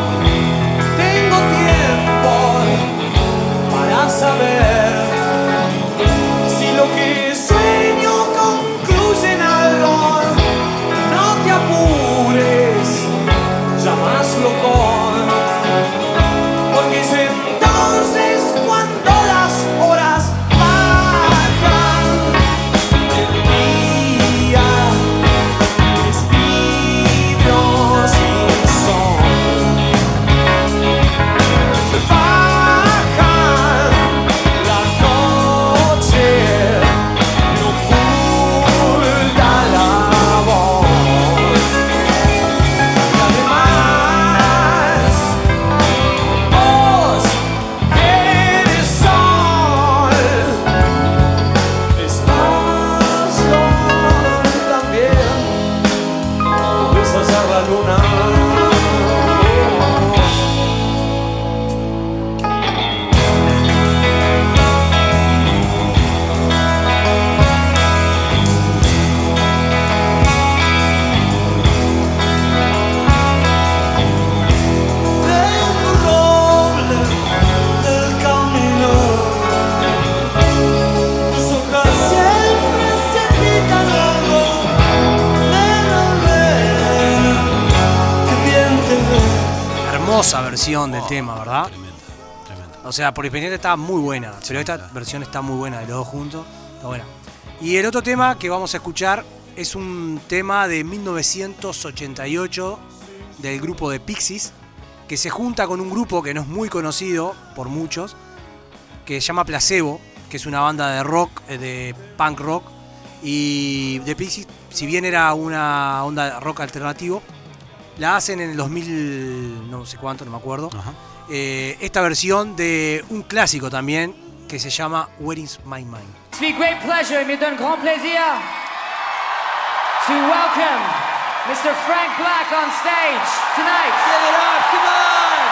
Speaker 7: Tengo tiempo para saber si lo que sueño concluye en algo. No te apures, llamaslo con. Porque es entonces cuando las horas bajan el día. Despido sin sol. Bajan la noche, no oculta la voz. Y además, vos eres sol, estás sol también, como besas a la luna. Veo un roble del camino Tus hojas siempre se pican algo Me enamora Que bien te ves
Speaker 3: Hermosa versión del tema, ¿verdad?
Speaker 4: Tremenda, tremenda.
Speaker 3: O sea, por Independiente estaba muy buena, pero esta
Speaker 4: claro.
Speaker 3: versión está muy buena de los dos juntos. Está buena. Y el otro tema que vamos a escuchar es un tema de 1988 del grupo de Pixies, que se junta con un grupo que no es muy conocido por muchos, que se llama Placebo, que es una banda de rock, eh, de punk rock. Y de Pixies, si bien era una onda rock alternativo, la hacen en el 2000, no sé cuánto, no me acuerdo
Speaker 4: Ajá.
Speaker 3: eh, esta versión de un clásico también que se llama Where is My Mind.
Speaker 8: It's me great pleasure, it me donne grand plaisir to welcome Mr. Frank Black on stage tonight.
Speaker 9: Give it up, come on!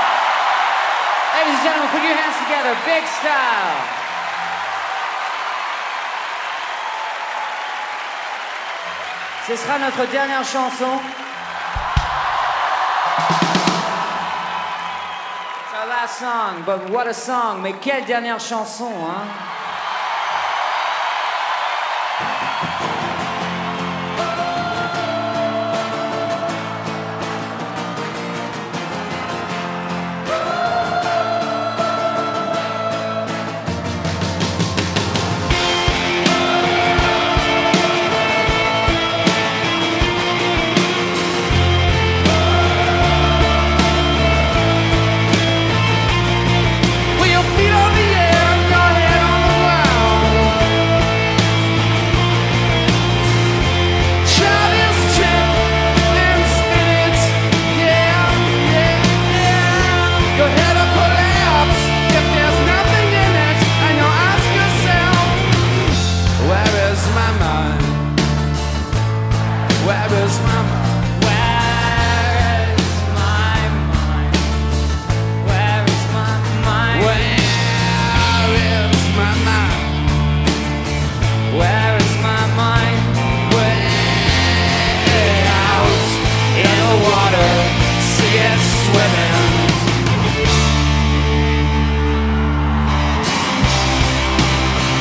Speaker 8: Ladies and gentlemen, put your hands together. Big style. Ce sera notre dernière chanson. It's our last song, but what a song. Mais quelle dernière chanson, hein?
Speaker 6: With your feet on the air and your head on the ground. Try this trip and spin it. Yeah, yeah, yeah. Your head will collapse if there's nothing in it. And you'll ask yourself, Where is my mind? Where is my mind? Where is my mind? Where is my mind? Where is my mind? Where is my mind? Way out in the water, see it swimming.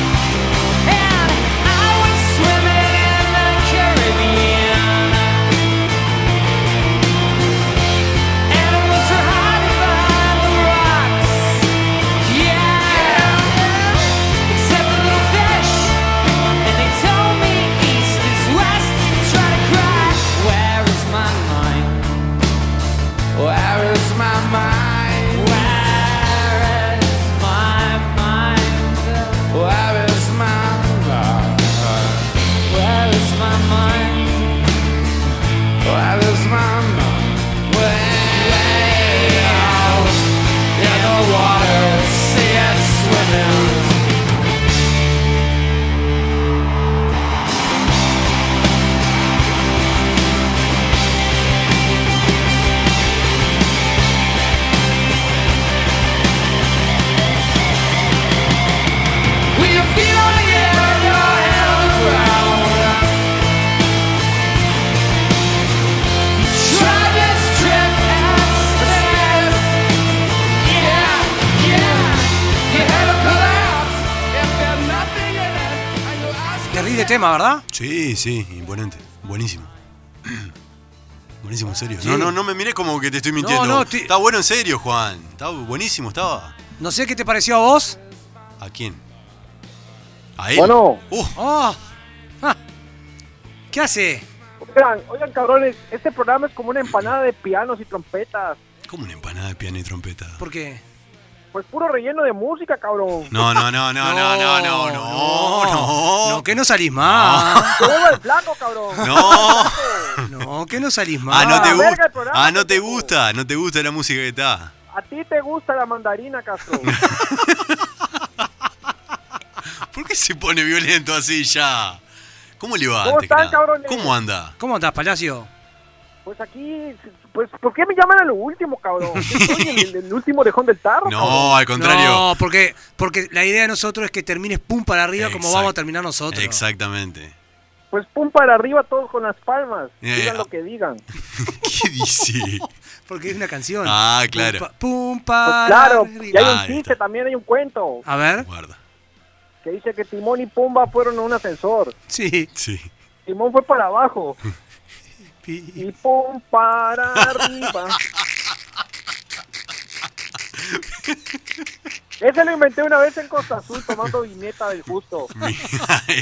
Speaker 6: And I was swimming in the Caribbean. And it was so hard to find the rocks. Yeah, except the little fish. And they told me east is west. Try to cry. Where is my mind? Where is my mind? Where is my mind? Where is my mind? Where is my mind? Where is my mind? Way out in the water, see it swimming. With your feet on the air and your head on the ground. Try this trip and spin. Yeah, yeah. Your head will collapse if there's nothing in it. And you ask
Speaker 3: Terrible tema, ¿verdad?
Speaker 4: Sí, sí, imponente. Buenísimo. [clears throat] Buenísimo, en serio. No, no, no me mires como que te estoy mintiendo.
Speaker 3: no, te-
Speaker 4: Está bueno en serio, Juan. Está buenísimo, estaba.
Speaker 3: No sé qué te pareció a vos.
Speaker 4: ¿A quién? ¿A él?
Speaker 10: Bueno.
Speaker 4: Uh,
Speaker 3: Oh. Ah. ¿Qué hace?
Speaker 10: Oigan, oigan cabrones, este programa es como una empanada de pianos y trompetas.
Speaker 4: como una empanada de piano y trompeta.
Speaker 3: ¿Por qué?
Speaker 10: Pues puro relleno de música, cabrón.
Speaker 4: No, no, no, no, no, no, no, no, no.
Speaker 3: No, que no salís más.
Speaker 10: Todo el plato, cabrón.
Speaker 4: No.
Speaker 3: No, que no salís más.
Speaker 4: Ah, no te
Speaker 10: la verga
Speaker 4: gusta.
Speaker 10: el programa,
Speaker 4: Ah, no te
Speaker 10: pendejo.
Speaker 4: gusta. No te gusta la música que está.
Speaker 10: A ti te gusta la mandarina, Castro.
Speaker 4: ¿Por qué se pone violento así ya? ¿Cómo le va?
Speaker 10: ¿Cómo
Speaker 4: antes que
Speaker 10: están,
Speaker 4: nada?
Speaker 10: cabrones?
Speaker 4: ¿Cómo anda?
Speaker 3: ¿Cómo andás, Palacio?
Speaker 10: Pues aquí, pues, ¿por qué me llaman a lo último, cabrón? ¿Qué soy, el, el último orejón del tarro,
Speaker 4: No, al contrario.
Speaker 3: No, porque, porque la idea de nosotros es que termines pum para arriba como
Speaker 4: Exact-
Speaker 3: vamos a terminar nosotros.
Speaker 4: Exactamente. [laughs]
Speaker 10: Pues pum para arriba todos con las palmas.
Speaker 4: Eh,
Speaker 10: digan
Speaker 4: ah.
Speaker 10: lo que digan.
Speaker 4: ¿Qué
Speaker 3: [laughs]
Speaker 4: dice?
Speaker 3: Porque es una canción.
Speaker 4: Ah, claro.
Speaker 3: Pum, pa- pum
Speaker 10: Pues
Speaker 6: Oh,
Speaker 3: para
Speaker 10: claro, y
Speaker 3: arriba.
Speaker 10: hay un
Speaker 4: Ahí
Speaker 10: chiste,
Speaker 4: Ah, está.
Speaker 10: también hay un cuento
Speaker 3: A ver,
Speaker 4: Guarda.
Speaker 10: que dice que Timón y Pumba fueron a un ascensor.
Speaker 3: sí. [laughs]
Speaker 4: Sí.
Speaker 10: Timón fue para abajo y pum para arriba. Ese lo inventé una vez en Costa Azul tomando viñeta del justo.
Speaker 4: Ahí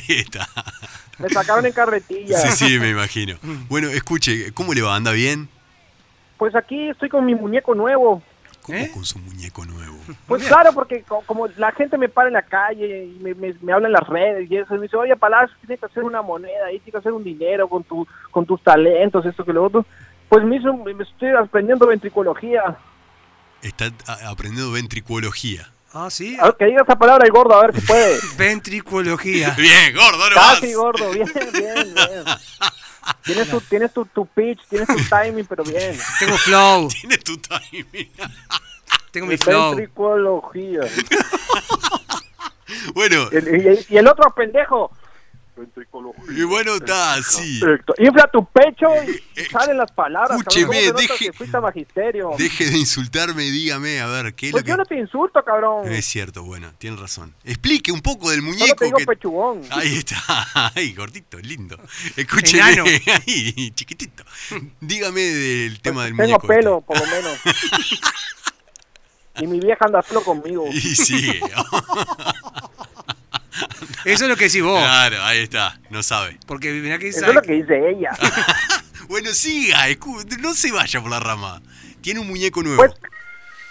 Speaker 4: está.
Speaker 10: Me sacaron en carretilla.
Speaker 4: Sí, sí, me imagino. Bueno, escuche, ¿cómo le va? ¿Anda bien?
Speaker 10: Pues aquí estoy con mi muñeco nuevo.
Speaker 4: ¿Cómo
Speaker 3: ¿Eh?
Speaker 4: con su muñeco nuevo?
Speaker 10: Pues
Speaker 3: bien.
Speaker 10: claro, porque co- como la gente me para en la calle y me, me, me habla en las redes y eso, y me dice, oye, Palacio, tienes que hacer una moneda, ahí tienes que hacer un dinero con, tu, con tus talentos, esto que lo otro. Pues me, hizo, me estoy aprendiendo ventricología.
Speaker 4: Está a- aprendiendo ventricuología.
Speaker 3: Ah, sí.
Speaker 10: A ver, que diga esa palabra el gordo, a ver si
Speaker 3: [laughs]
Speaker 10: puede.
Speaker 4: [laughs]
Speaker 3: Ventricología.
Speaker 4: Bien, gordo, no vas. [laughs]
Speaker 10: Casi gordo, bien, bien, bien.
Speaker 6: Tienes tu, tienes tu, tu pitch, tienes tu timing, pero
Speaker 3: [laughs]
Speaker 6: bien.
Speaker 3: Tengo flow.
Speaker 4: Tienes tu timing.
Speaker 3: Tengo
Speaker 6: Mi
Speaker 3: mi flow.
Speaker 6: ventricología.
Speaker 4: Bueno.
Speaker 6: El- y, y- y el otro pendejo.
Speaker 4: Y bueno, está
Speaker 6: eh,
Speaker 4: así.
Speaker 6: Perfecto. Infla tu pecho
Speaker 4: [laughs]
Speaker 6: y salen las palabras.
Speaker 4: Eh, escúcheme,
Speaker 6: cabrón. ¿Cómo se nota
Speaker 4: deje-
Speaker 6: que fuiste a magisterio.
Speaker 4: Deje de insultarme y dígame, a ver, ¿qué es lo
Speaker 6: Pues
Speaker 4: que.? Eh,
Speaker 6: yo no te insulto, cabrón.
Speaker 4: Es cierto, bueno, tiene razón. Explique un poco del
Speaker 6: Solo te
Speaker 4: muñeco.
Speaker 6: digo
Speaker 4: Que... Ah,
Speaker 6: pechugón.
Speaker 4: Ahí está, [laughs] ahí, gordito, lindo. Escúcheme, [laughs]
Speaker 6: Enano.
Speaker 4: ahí, chiquitito. Dígame del tema del
Speaker 6: Tengo
Speaker 4: muñeco. este.
Speaker 6: pelo, por lo menos. y mi vieja anda solo conmigo.
Speaker 4: [laughs] Y
Speaker 6: [laughs]
Speaker 4: sigue.
Speaker 3: Eso es lo que decís
Speaker 4: [laughs]
Speaker 3: vos.
Speaker 4: Claro, ahí está, no sabe. [laughs]
Speaker 3: Porque mirá que
Speaker 6: Eso es lo que dice ella.
Speaker 4: Bueno, siga, escu- no se vaya por la rama. Tiene un muñeco nuevo.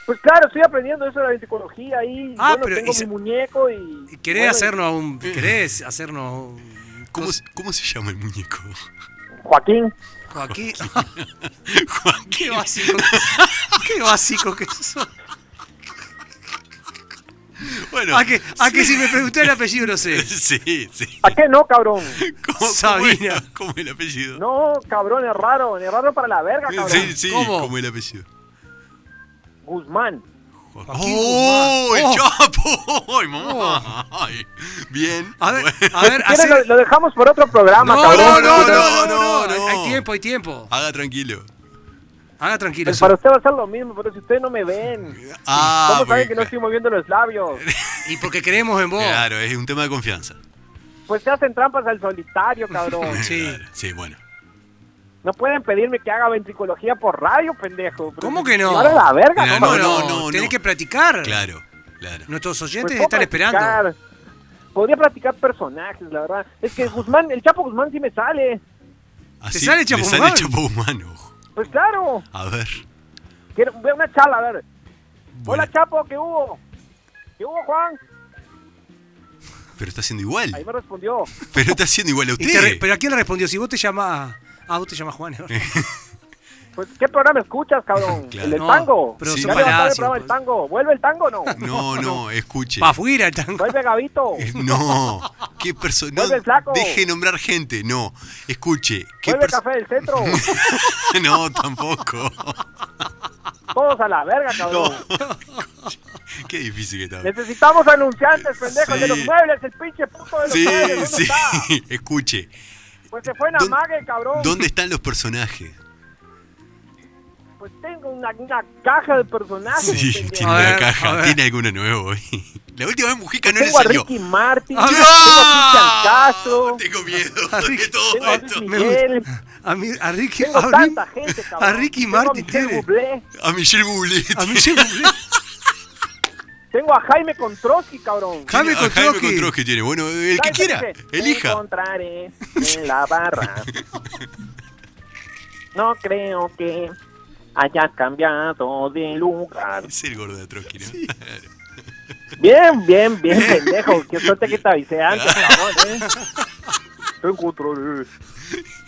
Speaker 6: Pues claro, estoy aprendiendo eso de la viticología ahí.
Speaker 3: Ah,
Speaker 6: bueno,
Speaker 3: pero
Speaker 6: tengo
Speaker 3: y se-
Speaker 6: mi muñeco y...
Speaker 3: ¿Querés
Speaker 6: bueno,
Speaker 3: hacernos un. ¿Querés hacernos un-
Speaker 4: ¿Cómo,
Speaker 6: pues
Speaker 4: se- cómo se llama el muñeco? [laughs]
Speaker 6: Joaquín.
Speaker 3: Joaquín.
Speaker 4: Joaquín.
Speaker 3: Ah, Qué básico.
Speaker 4: [laughs]
Speaker 3: que sos. Qué básico que sos.
Speaker 4: Bueno.
Speaker 3: A Ah, que, a que si me preguntás el apellido no sé.
Speaker 4: [laughs] Sí,
Speaker 3: [laughs]
Speaker 4: sí.
Speaker 6: ¿A qué no, cabrón?
Speaker 4: ¿Cómo,
Speaker 3: Sabina.
Speaker 4: ¿Cómo es el apellido?
Speaker 6: No, cabrón, es raro. Es raro para la verga, cabrón.
Speaker 4: sí, sí,
Speaker 3: ¿Cómo?
Speaker 4: ¿cómo es el apellido?
Speaker 6: Guzmán.
Speaker 3: Joaquín
Speaker 4: ¡Oh!
Speaker 3: Guzmán.
Speaker 4: ¡El
Speaker 3: Oh.
Speaker 4: [laughs] Chapo! ¡Ay, mamá! Ay, bien.
Speaker 3: A ver,
Speaker 4: Bueno,
Speaker 3: a ver,
Speaker 6: ¿Quieres
Speaker 3: hacer-
Speaker 6: lo, lo dejamos por otro programa,
Speaker 3: Ah, No,
Speaker 6: cabrón?
Speaker 3: no,
Speaker 4: no,
Speaker 3: no, no,
Speaker 4: no,
Speaker 3: no,
Speaker 4: no.
Speaker 3: Hay tiempo, hay tiempo.
Speaker 4: [laughs] Haga tranquilo.
Speaker 3: Haga tranquilo.
Speaker 6: Pues para usted va a ser lo mismo, pero si ustedes no me ven,
Speaker 4: Ah,
Speaker 6: ¿cómo saben
Speaker 4: porque-
Speaker 6: que no estoy moviendo
Speaker 3: [laughs]
Speaker 6: los labios?
Speaker 3: Y porque creemos en vos.
Speaker 4: Claro, es un tema de confianza.
Speaker 6: Pues se hacen trampas al solitario, cabrón.
Speaker 3: [laughs] Sí.
Speaker 4: Claro, sí, bueno.
Speaker 6: No pueden pedirme que haga ventricología por radio, pendejo. Pero
Speaker 3: ¿Cómo
Speaker 6: me-
Speaker 3: que no?
Speaker 6: me van a la verga,
Speaker 4: Mira,
Speaker 3: ¿Cómo
Speaker 6: cabrón.
Speaker 4: no,
Speaker 3: no?
Speaker 4: no,
Speaker 3: Tenés
Speaker 4: no.
Speaker 3: que practicar.
Speaker 4: Claro, claro.
Speaker 3: Nuestros
Speaker 6: Pues
Speaker 3: oyentes
Speaker 6: puedo
Speaker 3: están esperando.
Speaker 6: platicar. Podría platicar personajes, la verdad. Es que Guzmán, el Chapo Guzmán sí me sale.
Speaker 4: Así
Speaker 3: sale
Speaker 4: le
Speaker 3: Chapo
Speaker 4: sale
Speaker 3: Guzmán?
Speaker 4: Chapo Guzmán, ojo.
Speaker 6: Pues claro.
Speaker 4: A ver.
Speaker 6: Quiero veo una chala, a ver.
Speaker 4: Bueno,
Speaker 6: Hola, Chapo, ¿qué hubo? ¿Qué hubo, Juan?
Speaker 4: pero está haciendo
Speaker 6: Ahí
Speaker 4: igual.
Speaker 6: me respondió.
Speaker 4: Pero está haciendo igual a
Speaker 3: Y te re-
Speaker 4: usted.
Speaker 3: pero ¿a quién le respondió? Si vos te llamás. Ah, vos te llamás Juan. ¿no?
Speaker 6: Pues, ¿qué programa escuchas, cabrón?
Speaker 4: Claro.
Speaker 6: El del
Speaker 3: No,
Speaker 6: tango.
Speaker 3: pero
Speaker 4: Sí.
Speaker 6: Ya
Speaker 3: son
Speaker 6: le va a estar el
Speaker 3: palacios,
Speaker 6: programa del
Speaker 3: pues.
Speaker 6: tango. ¿Vuelve el tango o no?
Speaker 3: [laughs]
Speaker 4: No, no, escuche.
Speaker 3: Pa' fuir al tango.
Speaker 6: Vuelve Gavito.
Speaker 4: No, qué persona.
Speaker 6: Vuelve el flaco.
Speaker 4: deje de nombrar gente, no. Escuche, qué
Speaker 6: Vuelve
Speaker 4: perso-
Speaker 6: Café del Centro.
Speaker 4: [laughs] No, tampoco. [laughs]
Speaker 6: Todos a la verga, cabrón.
Speaker 4: Qué difícil que
Speaker 3: [laughs]
Speaker 4: está.
Speaker 6: Necesitamos anunciantes, pendejos,
Speaker 4: Sí.
Speaker 6: de los muebles, el pinche puto de los
Speaker 4: Sí,
Speaker 6: muebles. ¿Dónde
Speaker 4: sí. [laughs]
Speaker 6: está?
Speaker 4: Escuche,
Speaker 6: Pues se fue en
Speaker 4: ¿Dónde-
Speaker 6: amague, cabrón.
Speaker 4: ¿dónde están los personajes?
Speaker 6: Pues tengo una, una caja de personajes.
Speaker 4: Sí,
Speaker 6: pendejo.
Speaker 4: tiene
Speaker 3: A
Speaker 4: una
Speaker 3: ver, a
Speaker 4: caja,
Speaker 3: ver.
Speaker 4: tiene alguno nuevo. [laughs] La última vez Mujica no le
Speaker 6: Tengo a
Speaker 4: salió.
Speaker 6: Ricky Martin,
Speaker 3: Ah,
Speaker 6: tengo
Speaker 4: ¡Ah!
Speaker 6: a Cristian Castro,
Speaker 4: [laughs] Tengo miedo
Speaker 3: A
Speaker 4: de
Speaker 3: Ricky-
Speaker 4: todo
Speaker 6: tengo a
Speaker 4: esto.
Speaker 3: [laughs]
Speaker 6: Luis
Speaker 3: Me gusta.
Speaker 6: Miguel,
Speaker 3: A, mí, a Ricky,
Speaker 6: tengo
Speaker 3: a,
Speaker 6: tanta
Speaker 3: Rick-
Speaker 6: gente, cabrón.
Speaker 3: a Ricky
Speaker 6: Tengo a
Speaker 3: Martin
Speaker 6: Michelle
Speaker 3: tiene.
Speaker 6: Bublé,
Speaker 4: A Michelle Bublé.
Speaker 3: A
Speaker 4: [laughs]
Speaker 3: Michelle Bublé.
Speaker 6: tengo a Jaime Controski, cabrón.
Speaker 3: Jaime
Speaker 4: A Jaime
Speaker 3: Kotroki.
Speaker 4: Kotroki tiene. Bueno, el que
Speaker 6: ¿Sabes
Speaker 4: quiera,
Speaker 6: qué dice? Te
Speaker 4: elija.
Speaker 6: encontraré en la barra. No creo que hayas cambiado de lugar.
Speaker 4: Es el gordo de Trotsky, ¿no? Claro.
Speaker 6: Bien, bien, bien, pendejo. Qué suerte que te avisé antes, cabrón, eh.
Speaker 4: [laughs]
Speaker 6: Te encontraré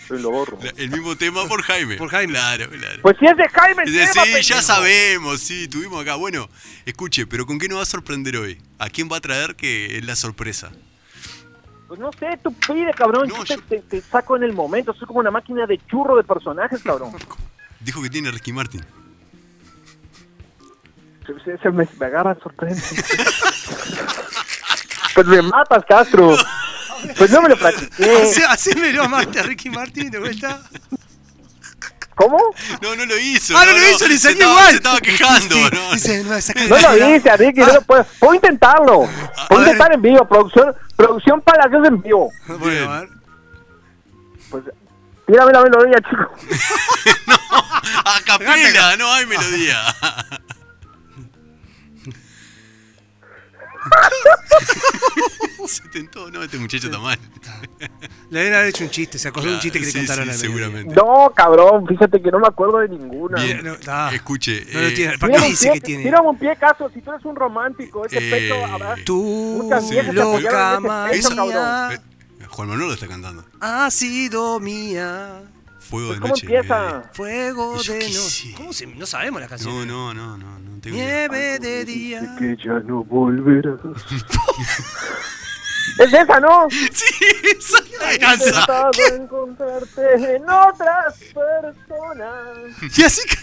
Speaker 6: en la barra.
Speaker 4: La- El mismo tema por Jaime.
Speaker 3: Por Jaime.
Speaker 4: Claro, claro.
Speaker 6: Pues si es de Jaime, el
Speaker 4: Dice,
Speaker 6: tema,
Speaker 4: sí, ya
Speaker 6: pendejo.
Speaker 4: sabemos, sí, tuvimos acá. Bueno, escuche, pero ¿con qué nos va a sorprender hoy? ¿A quién va a traer que es la sorpresa?
Speaker 6: Pues no sé, tú pide, cabrón.
Speaker 4: No,
Speaker 6: yo te,
Speaker 4: yo-
Speaker 6: te- te saco en el momento. Soy como una máquina de churro de personajes,
Speaker 4: [laughs]
Speaker 6: cabrón.
Speaker 4: Dijo que tiene Ricky Martin.
Speaker 6: Se, se- se me, me agarran sorpresa. pues me matas, Castro. Pues no me lo practiqué.
Speaker 3: Hacé- Hacémelo a Marta, Ricky Martin de
Speaker 6: [laughs]
Speaker 3: vuelta.
Speaker 6: ¿Cómo?
Speaker 4: No, no lo hizo.
Speaker 3: Ah, no lo hizo, le
Speaker 4: se
Speaker 3: salió
Speaker 4: estaba-
Speaker 3: igual.
Speaker 4: Se estaba quejando,
Speaker 3: Sí,
Speaker 4: ¿no?
Speaker 3: dice, no, saca de
Speaker 6: No
Speaker 3: la-
Speaker 6: lo hice, Ricky. No lo puedo.
Speaker 3: [laughs]
Speaker 6: Puedo intentarlo. Puedo
Speaker 3: a ver.
Speaker 6: intentar en vivo. Producción, producción para Dios en vivo.
Speaker 3: Bueno, a ver.
Speaker 6: Pues tírame la melodía, chico.
Speaker 4: A capela, no hay melodía. Se tentó, no, este muchacho está mal.
Speaker 3: Le deben haber hecho un chiste, se acordó de un chiste que le
Speaker 4: Sí,
Speaker 3: contaron
Speaker 4: sí,
Speaker 3: a la
Speaker 4: seguramente.
Speaker 6: No, cabrón. Fíjate que no me acuerdo de ninguna.
Speaker 4: Bien,
Speaker 3: No, está.
Speaker 4: escuche.
Speaker 3: No lo
Speaker 4: eh,
Speaker 3: tiene. ¿Para qué
Speaker 6: Tírame un
Speaker 3: dice
Speaker 6: pie,
Speaker 3: que tiene?
Speaker 6: tírame un pie, Castro. Si tú eres un romántico, ese
Speaker 4: Eh,
Speaker 6: pecho habrá.
Speaker 3: Tú,
Speaker 6: Muchas viejas te apoyaron en
Speaker 3: loca
Speaker 6: ese pecho,
Speaker 3: María,
Speaker 4: eh, Juan Manuel lo está cantando.
Speaker 3: ha sido mía.
Speaker 4: Fuego de
Speaker 6: Pues, ¿Cómo
Speaker 4: noche.
Speaker 6: empieza?
Speaker 4: eh.
Speaker 3: Fuego
Speaker 4: Yo
Speaker 3: de
Speaker 4: qué
Speaker 3: noche.
Speaker 4: sé.
Speaker 3: ¿Cómo se- No sabemos la
Speaker 4: No,
Speaker 3: canción.
Speaker 4: no, no, no, no tengo idea.
Speaker 3: Nieve de día.
Speaker 7: Que ya no volverás.
Speaker 6: Es esa, ¿no?
Speaker 4: [laughs] Sí, salió
Speaker 6: Intentado encontrarte en otras personas.
Speaker 4: Y así [laughs] que.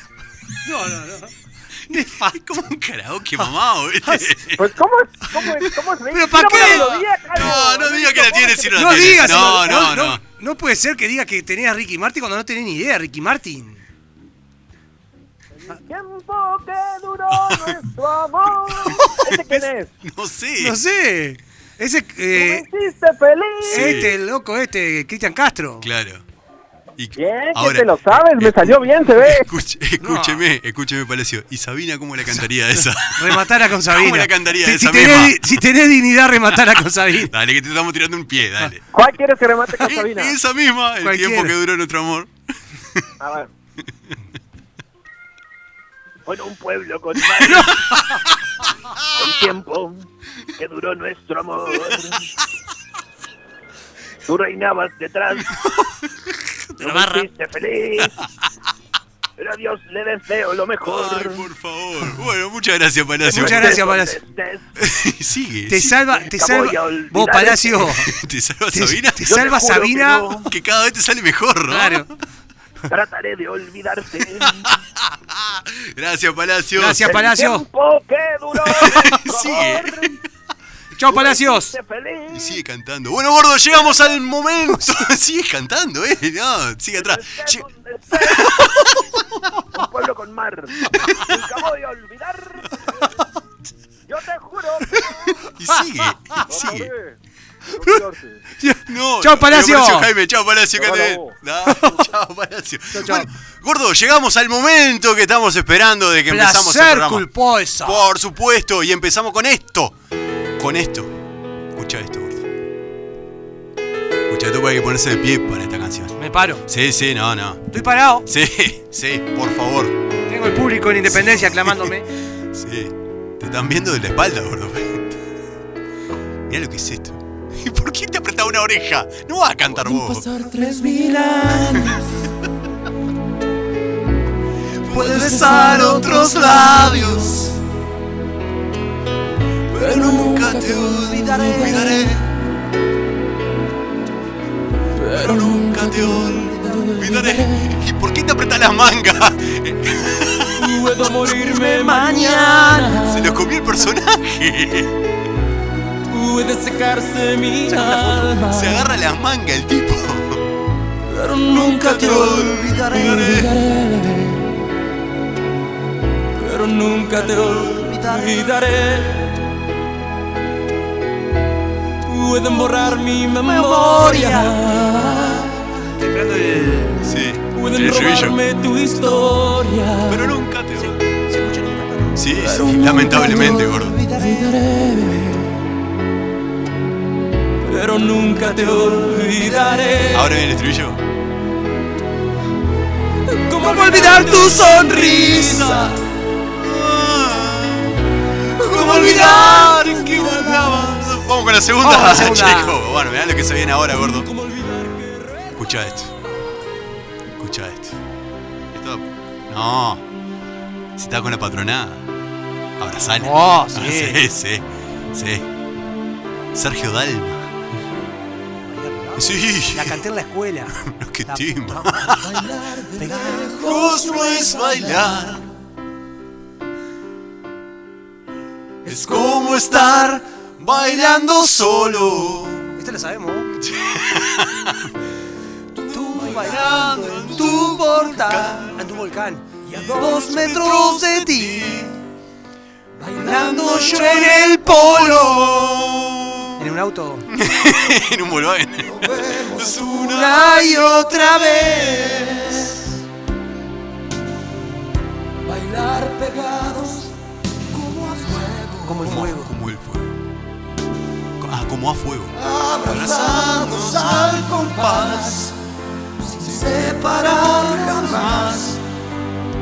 Speaker 3: No, no, no.
Speaker 4: Es como un karaoke, mamá,
Speaker 3: [laughs]
Speaker 6: Pues, ¿cómo, cómo, cómo es
Speaker 4: ¿Pero para qué? No, no diga que la tiene si no la tiene.
Speaker 3: digas,
Speaker 4: No,
Speaker 3: no,
Speaker 4: no,
Speaker 3: no.
Speaker 4: no.
Speaker 3: No puede ser que digas que tenés a Ricky Martin cuando no tenés ni idea, de Ricky Martin.
Speaker 6: Tiempo que duró nuestro amor. ¿Este quién es?
Speaker 4: No sé.
Speaker 3: No sé. Ese.
Speaker 6: Me
Speaker 3: Eh,
Speaker 6: hiciste feliz.
Speaker 3: Este, el loco, este, Cristian Castro.
Speaker 4: Claro. Y
Speaker 6: Bien,
Speaker 4: ahora-
Speaker 6: que te lo sabes,
Speaker 3: este
Speaker 6: me salió bien, se ve.
Speaker 3: [laughs]
Speaker 4: Escuche- escúcheme, escúcheme, Palacio. ¿Y Sabina cómo la
Speaker 3: [laughs]
Speaker 4: cantaría esa?
Speaker 3: Rematara con Sabina.
Speaker 4: [laughs] ¿Cómo la cantaría
Speaker 3: Si- si
Speaker 4: esa
Speaker 3: tenés
Speaker 4: misma?
Speaker 3: di- si tenés dignidad, rematala con Sabina.
Speaker 4: Dale, que te estamos tirando un pie, dale. E
Speaker 6: ¿Cuál quieres que remate con Ah, Sabina?
Speaker 4: Esa misma, el
Speaker 6: Cualquiera.
Speaker 4: tiempo que duró nuestro amor.
Speaker 6: A ver. Fue en un
Speaker 3: [laughs]
Speaker 6: pueblo con mares, el tiempo que duró
Speaker 3: [laughs]
Speaker 6: nuestro amor. Tú reinabas detrás.
Speaker 3: Pero
Speaker 6: No me hiciste feliz. Pero a Dios le deseo lo mejor.
Speaker 4: Ay, por favor. Bueno, muchas gracias, Palacio.
Speaker 3: Muchas gracias, Palacio.
Speaker 4: [laughs] Sigue.
Speaker 3: Te
Speaker 4: sigue.
Speaker 3: salva, te salva. Vos, Palacio.
Speaker 4: [laughs] ¿Te salva
Speaker 3: te-
Speaker 4: Sabina?
Speaker 3: te Yo salva te juro Sabina. que
Speaker 4: Que, cada vez te sale mejor, ¿no?
Speaker 3: Claro.
Speaker 6: Trataré
Speaker 3: [laughs]
Speaker 6: de olvidarte.
Speaker 4: [laughs] Gracias, Palacio.
Speaker 3: Gracias, Palacio.
Speaker 6: El tiempo que
Speaker 3: [laughs]
Speaker 6: duró.
Speaker 4: Sigue.
Speaker 3: Chao, Palacios.
Speaker 4: Y sigue cantando. Bueno, gordo, llegamos al momento. [laughs] sigue cantando, ¿eh? No, sigue atrás. Lle-
Speaker 6: Un pueblo con mar. Nunca voy
Speaker 3: [laughs]
Speaker 6: a olvidar. Yo te juro.
Speaker 4: Y sigue, y sigue. No,
Speaker 3: Chao,
Speaker 4: no,
Speaker 3: Palacio.
Speaker 4: pero Jaime, chao, Palacio.
Speaker 3: Chao,
Speaker 4: que te-
Speaker 3: Lobo.
Speaker 4: No, [laughs] chao, Palacio. Bueno, gordo, llegamos al momento que estamos esperando de que empezamos el
Speaker 3: Placer
Speaker 4: programa.
Speaker 3: culposo.
Speaker 4: Por supuesto, y empezamos con esto. Con esto. Escucha esto, gordo. Escucha, tú hay que ponerse de pie para esta canción.
Speaker 3: Me paro.
Speaker 4: Sí, sí, no, no.
Speaker 3: Estoy parado.
Speaker 4: Sí, [laughs] sí, por favor.
Speaker 3: Tengo el público en Independencia aclamándome.
Speaker 4: [laughs] Sí, te están viendo de la espalda, gordo. [laughs] Mira lo que es esto. [laughs] ¿Y por qué te apretaba una oreja? No vas a cantar vos.
Speaker 11: Pasar tres mil años.
Speaker 4: [laughs]
Speaker 1: Puedes besar otros labios, pero nunca te olvidaré.
Speaker 4: Pero nunca te olvidaré. ¿Y por qué te apretas las mangas? [laughs]
Speaker 11: Puedo morirme
Speaker 1: mañana.
Speaker 4: Se lo comió el personaje.
Speaker 11: Puede secarse mi alma.
Speaker 4: Se agarra las mangas el tipo.
Speaker 11: Pero nunca te olvidaré. Pero nunca te olvidaré. Pueden borrar mi memoria.
Speaker 4: Sí.
Speaker 11: Pueden robarme tu historia.
Speaker 4: Pero nunca te Sí, sí, lamentablemente, gordo.
Speaker 11: olvidaré. Pero nunca te olvidaré.
Speaker 4: Ahora viene el estribillo.
Speaker 11: ¿Cómo olvidar tu sonrisa? Ah.
Speaker 1: ¿Cómo olvidar
Speaker 4: que volabas? Vamos con la segunda,
Speaker 1: Vamos con la segunda.
Speaker 4: chico. Bueno, mirá lo que se viene ahora, gordo. Escucha esto. Escucha esto. Esto. No. Si estás con la patronada. Abrazala. Ah,
Speaker 3: Oh, sí.
Speaker 4: sí, sí. sí. Sergio Dalma. Sí.
Speaker 3: La canté en la escuela.
Speaker 4: No, qué timba.
Speaker 1: Lejos no es bailar, es como estar bailando solo.
Speaker 3: Esta la sabemos.
Speaker 1: Tú bailando en tu volcán,
Speaker 3: en tu volcán,
Speaker 1: y a dos metros de ti, bailando yo en el polo.
Speaker 3: En un auto.
Speaker 4: [laughs] en un Volkswagen.
Speaker 1: Una y otra vez. Bailar pegados como a fuego.
Speaker 3: Como el fuego.
Speaker 4: Como el fuego. Ah, como a fuego.
Speaker 1: Abrazarnos al compás, sin separar jamás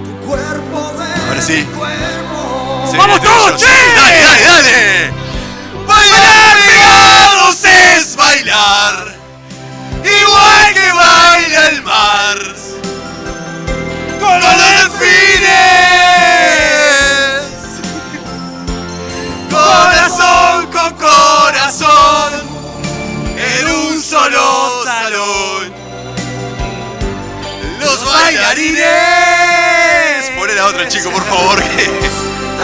Speaker 1: tu cuerpo de
Speaker 4: Ahora sí.
Speaker 1: mi cuerpo.
Speaker 4: Se viene el estribillo. ¡Dale, dale, dale! ¡Bailar pegados es bailar! ¡Igual que baila el mar! ¡Con los delfines! ¡Corazón con corazón! ¡En un solo chico, por favor. que-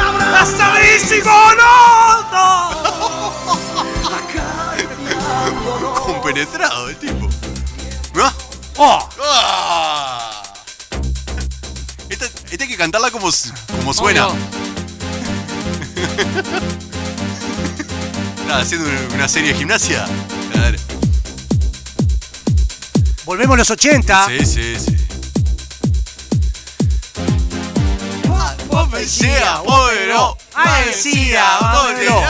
Speaker 3: ¡Abrazadísimo, no!
Speaker 4: Compenetrado el tipo.
Speaker 3: Oh.
Speaker 4: Ah. Esta, esta hay que cantarla como, s- como suena. [laughs] Nada, haciendo una- una serie de gimnasia. Claro.
Speaker 12: Volvemos a los
Speaker 3: Ah.
Speaker 12: 80.
Speaker 4: Sí, sí, sí.
Speaker 3: Poesía,
Speaker 4: bueno,
Speaker 3: poesía, bueno.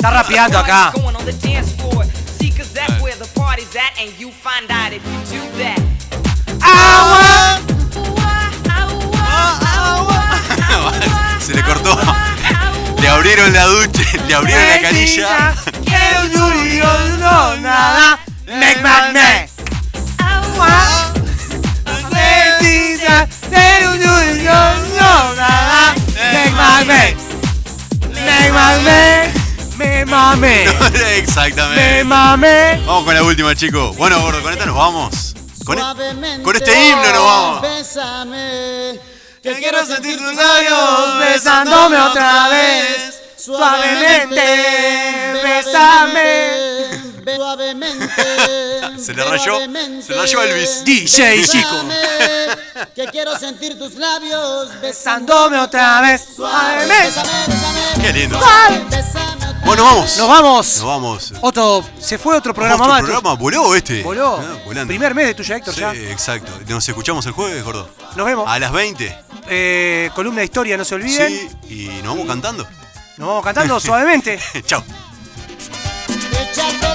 Speaker 8: Está rapeando acá.
Speaker 4: Ah. Se le cortó. Le abrieron la ducha, le abrieron la canilla.
Speaker 3: Quiero un yuri, yo no nada. Mac, mac, mac. Agua. Necesita ser un yuri, yo no nada. Mac, mac, mac. Mac, mac, mac. Me mame.
Speaker 4: [laughs] Exactamente.
Speaker 3: Me mame.
Speaker 4: Vamos con la última, chicos. Bueno, gordo, con esta nos vamos. Con, e- [laughs] con este himno nos vamos.
Speaker 3: Bésame. Que quiero sentir tus labios besándome otra vez. Suavemente. Bésame. Suavemente.
Speaker 4: Se le rayó. Se le rayó Elvis.
Speaker 3: DJ Chico.
Speaker 13: Que quiero sentir tus labios
Speaker 3: Besándome otra vez. Suavemente.
Speaker 4: Qué lindo.
Speaker 13: Besame
Speaker 4: Bueno, nos vamos.
Speaker 12: Nos vamos.
Speaker 4: Nos vamos.
Speaker 12: Otro, se fue otro programa
Speaker 4: Otro
Speaker 12: más.
Speaker 4: programa, voló este.
Speaker 12: Voló.
Speaker 4: Ah, volando.
Speaker 12: Primer mes de tuya, Héctor,
Speaker 4: Sí,
Speaker 12: ya.
Speaker 4: exacto. Nos escuchamos el jueves, gordo.
Speaker 12: Nos vemos.
Speaker 4: A las 20.
Speaker 12: Eh, columna de historia, no se olviden.
Speaker 4: Sí, y nos vamos cantando. [laughs]
Speaker 12: Nos vamos cantando suavemente.
Speaker 4: Chao.
Speaker 13: Échate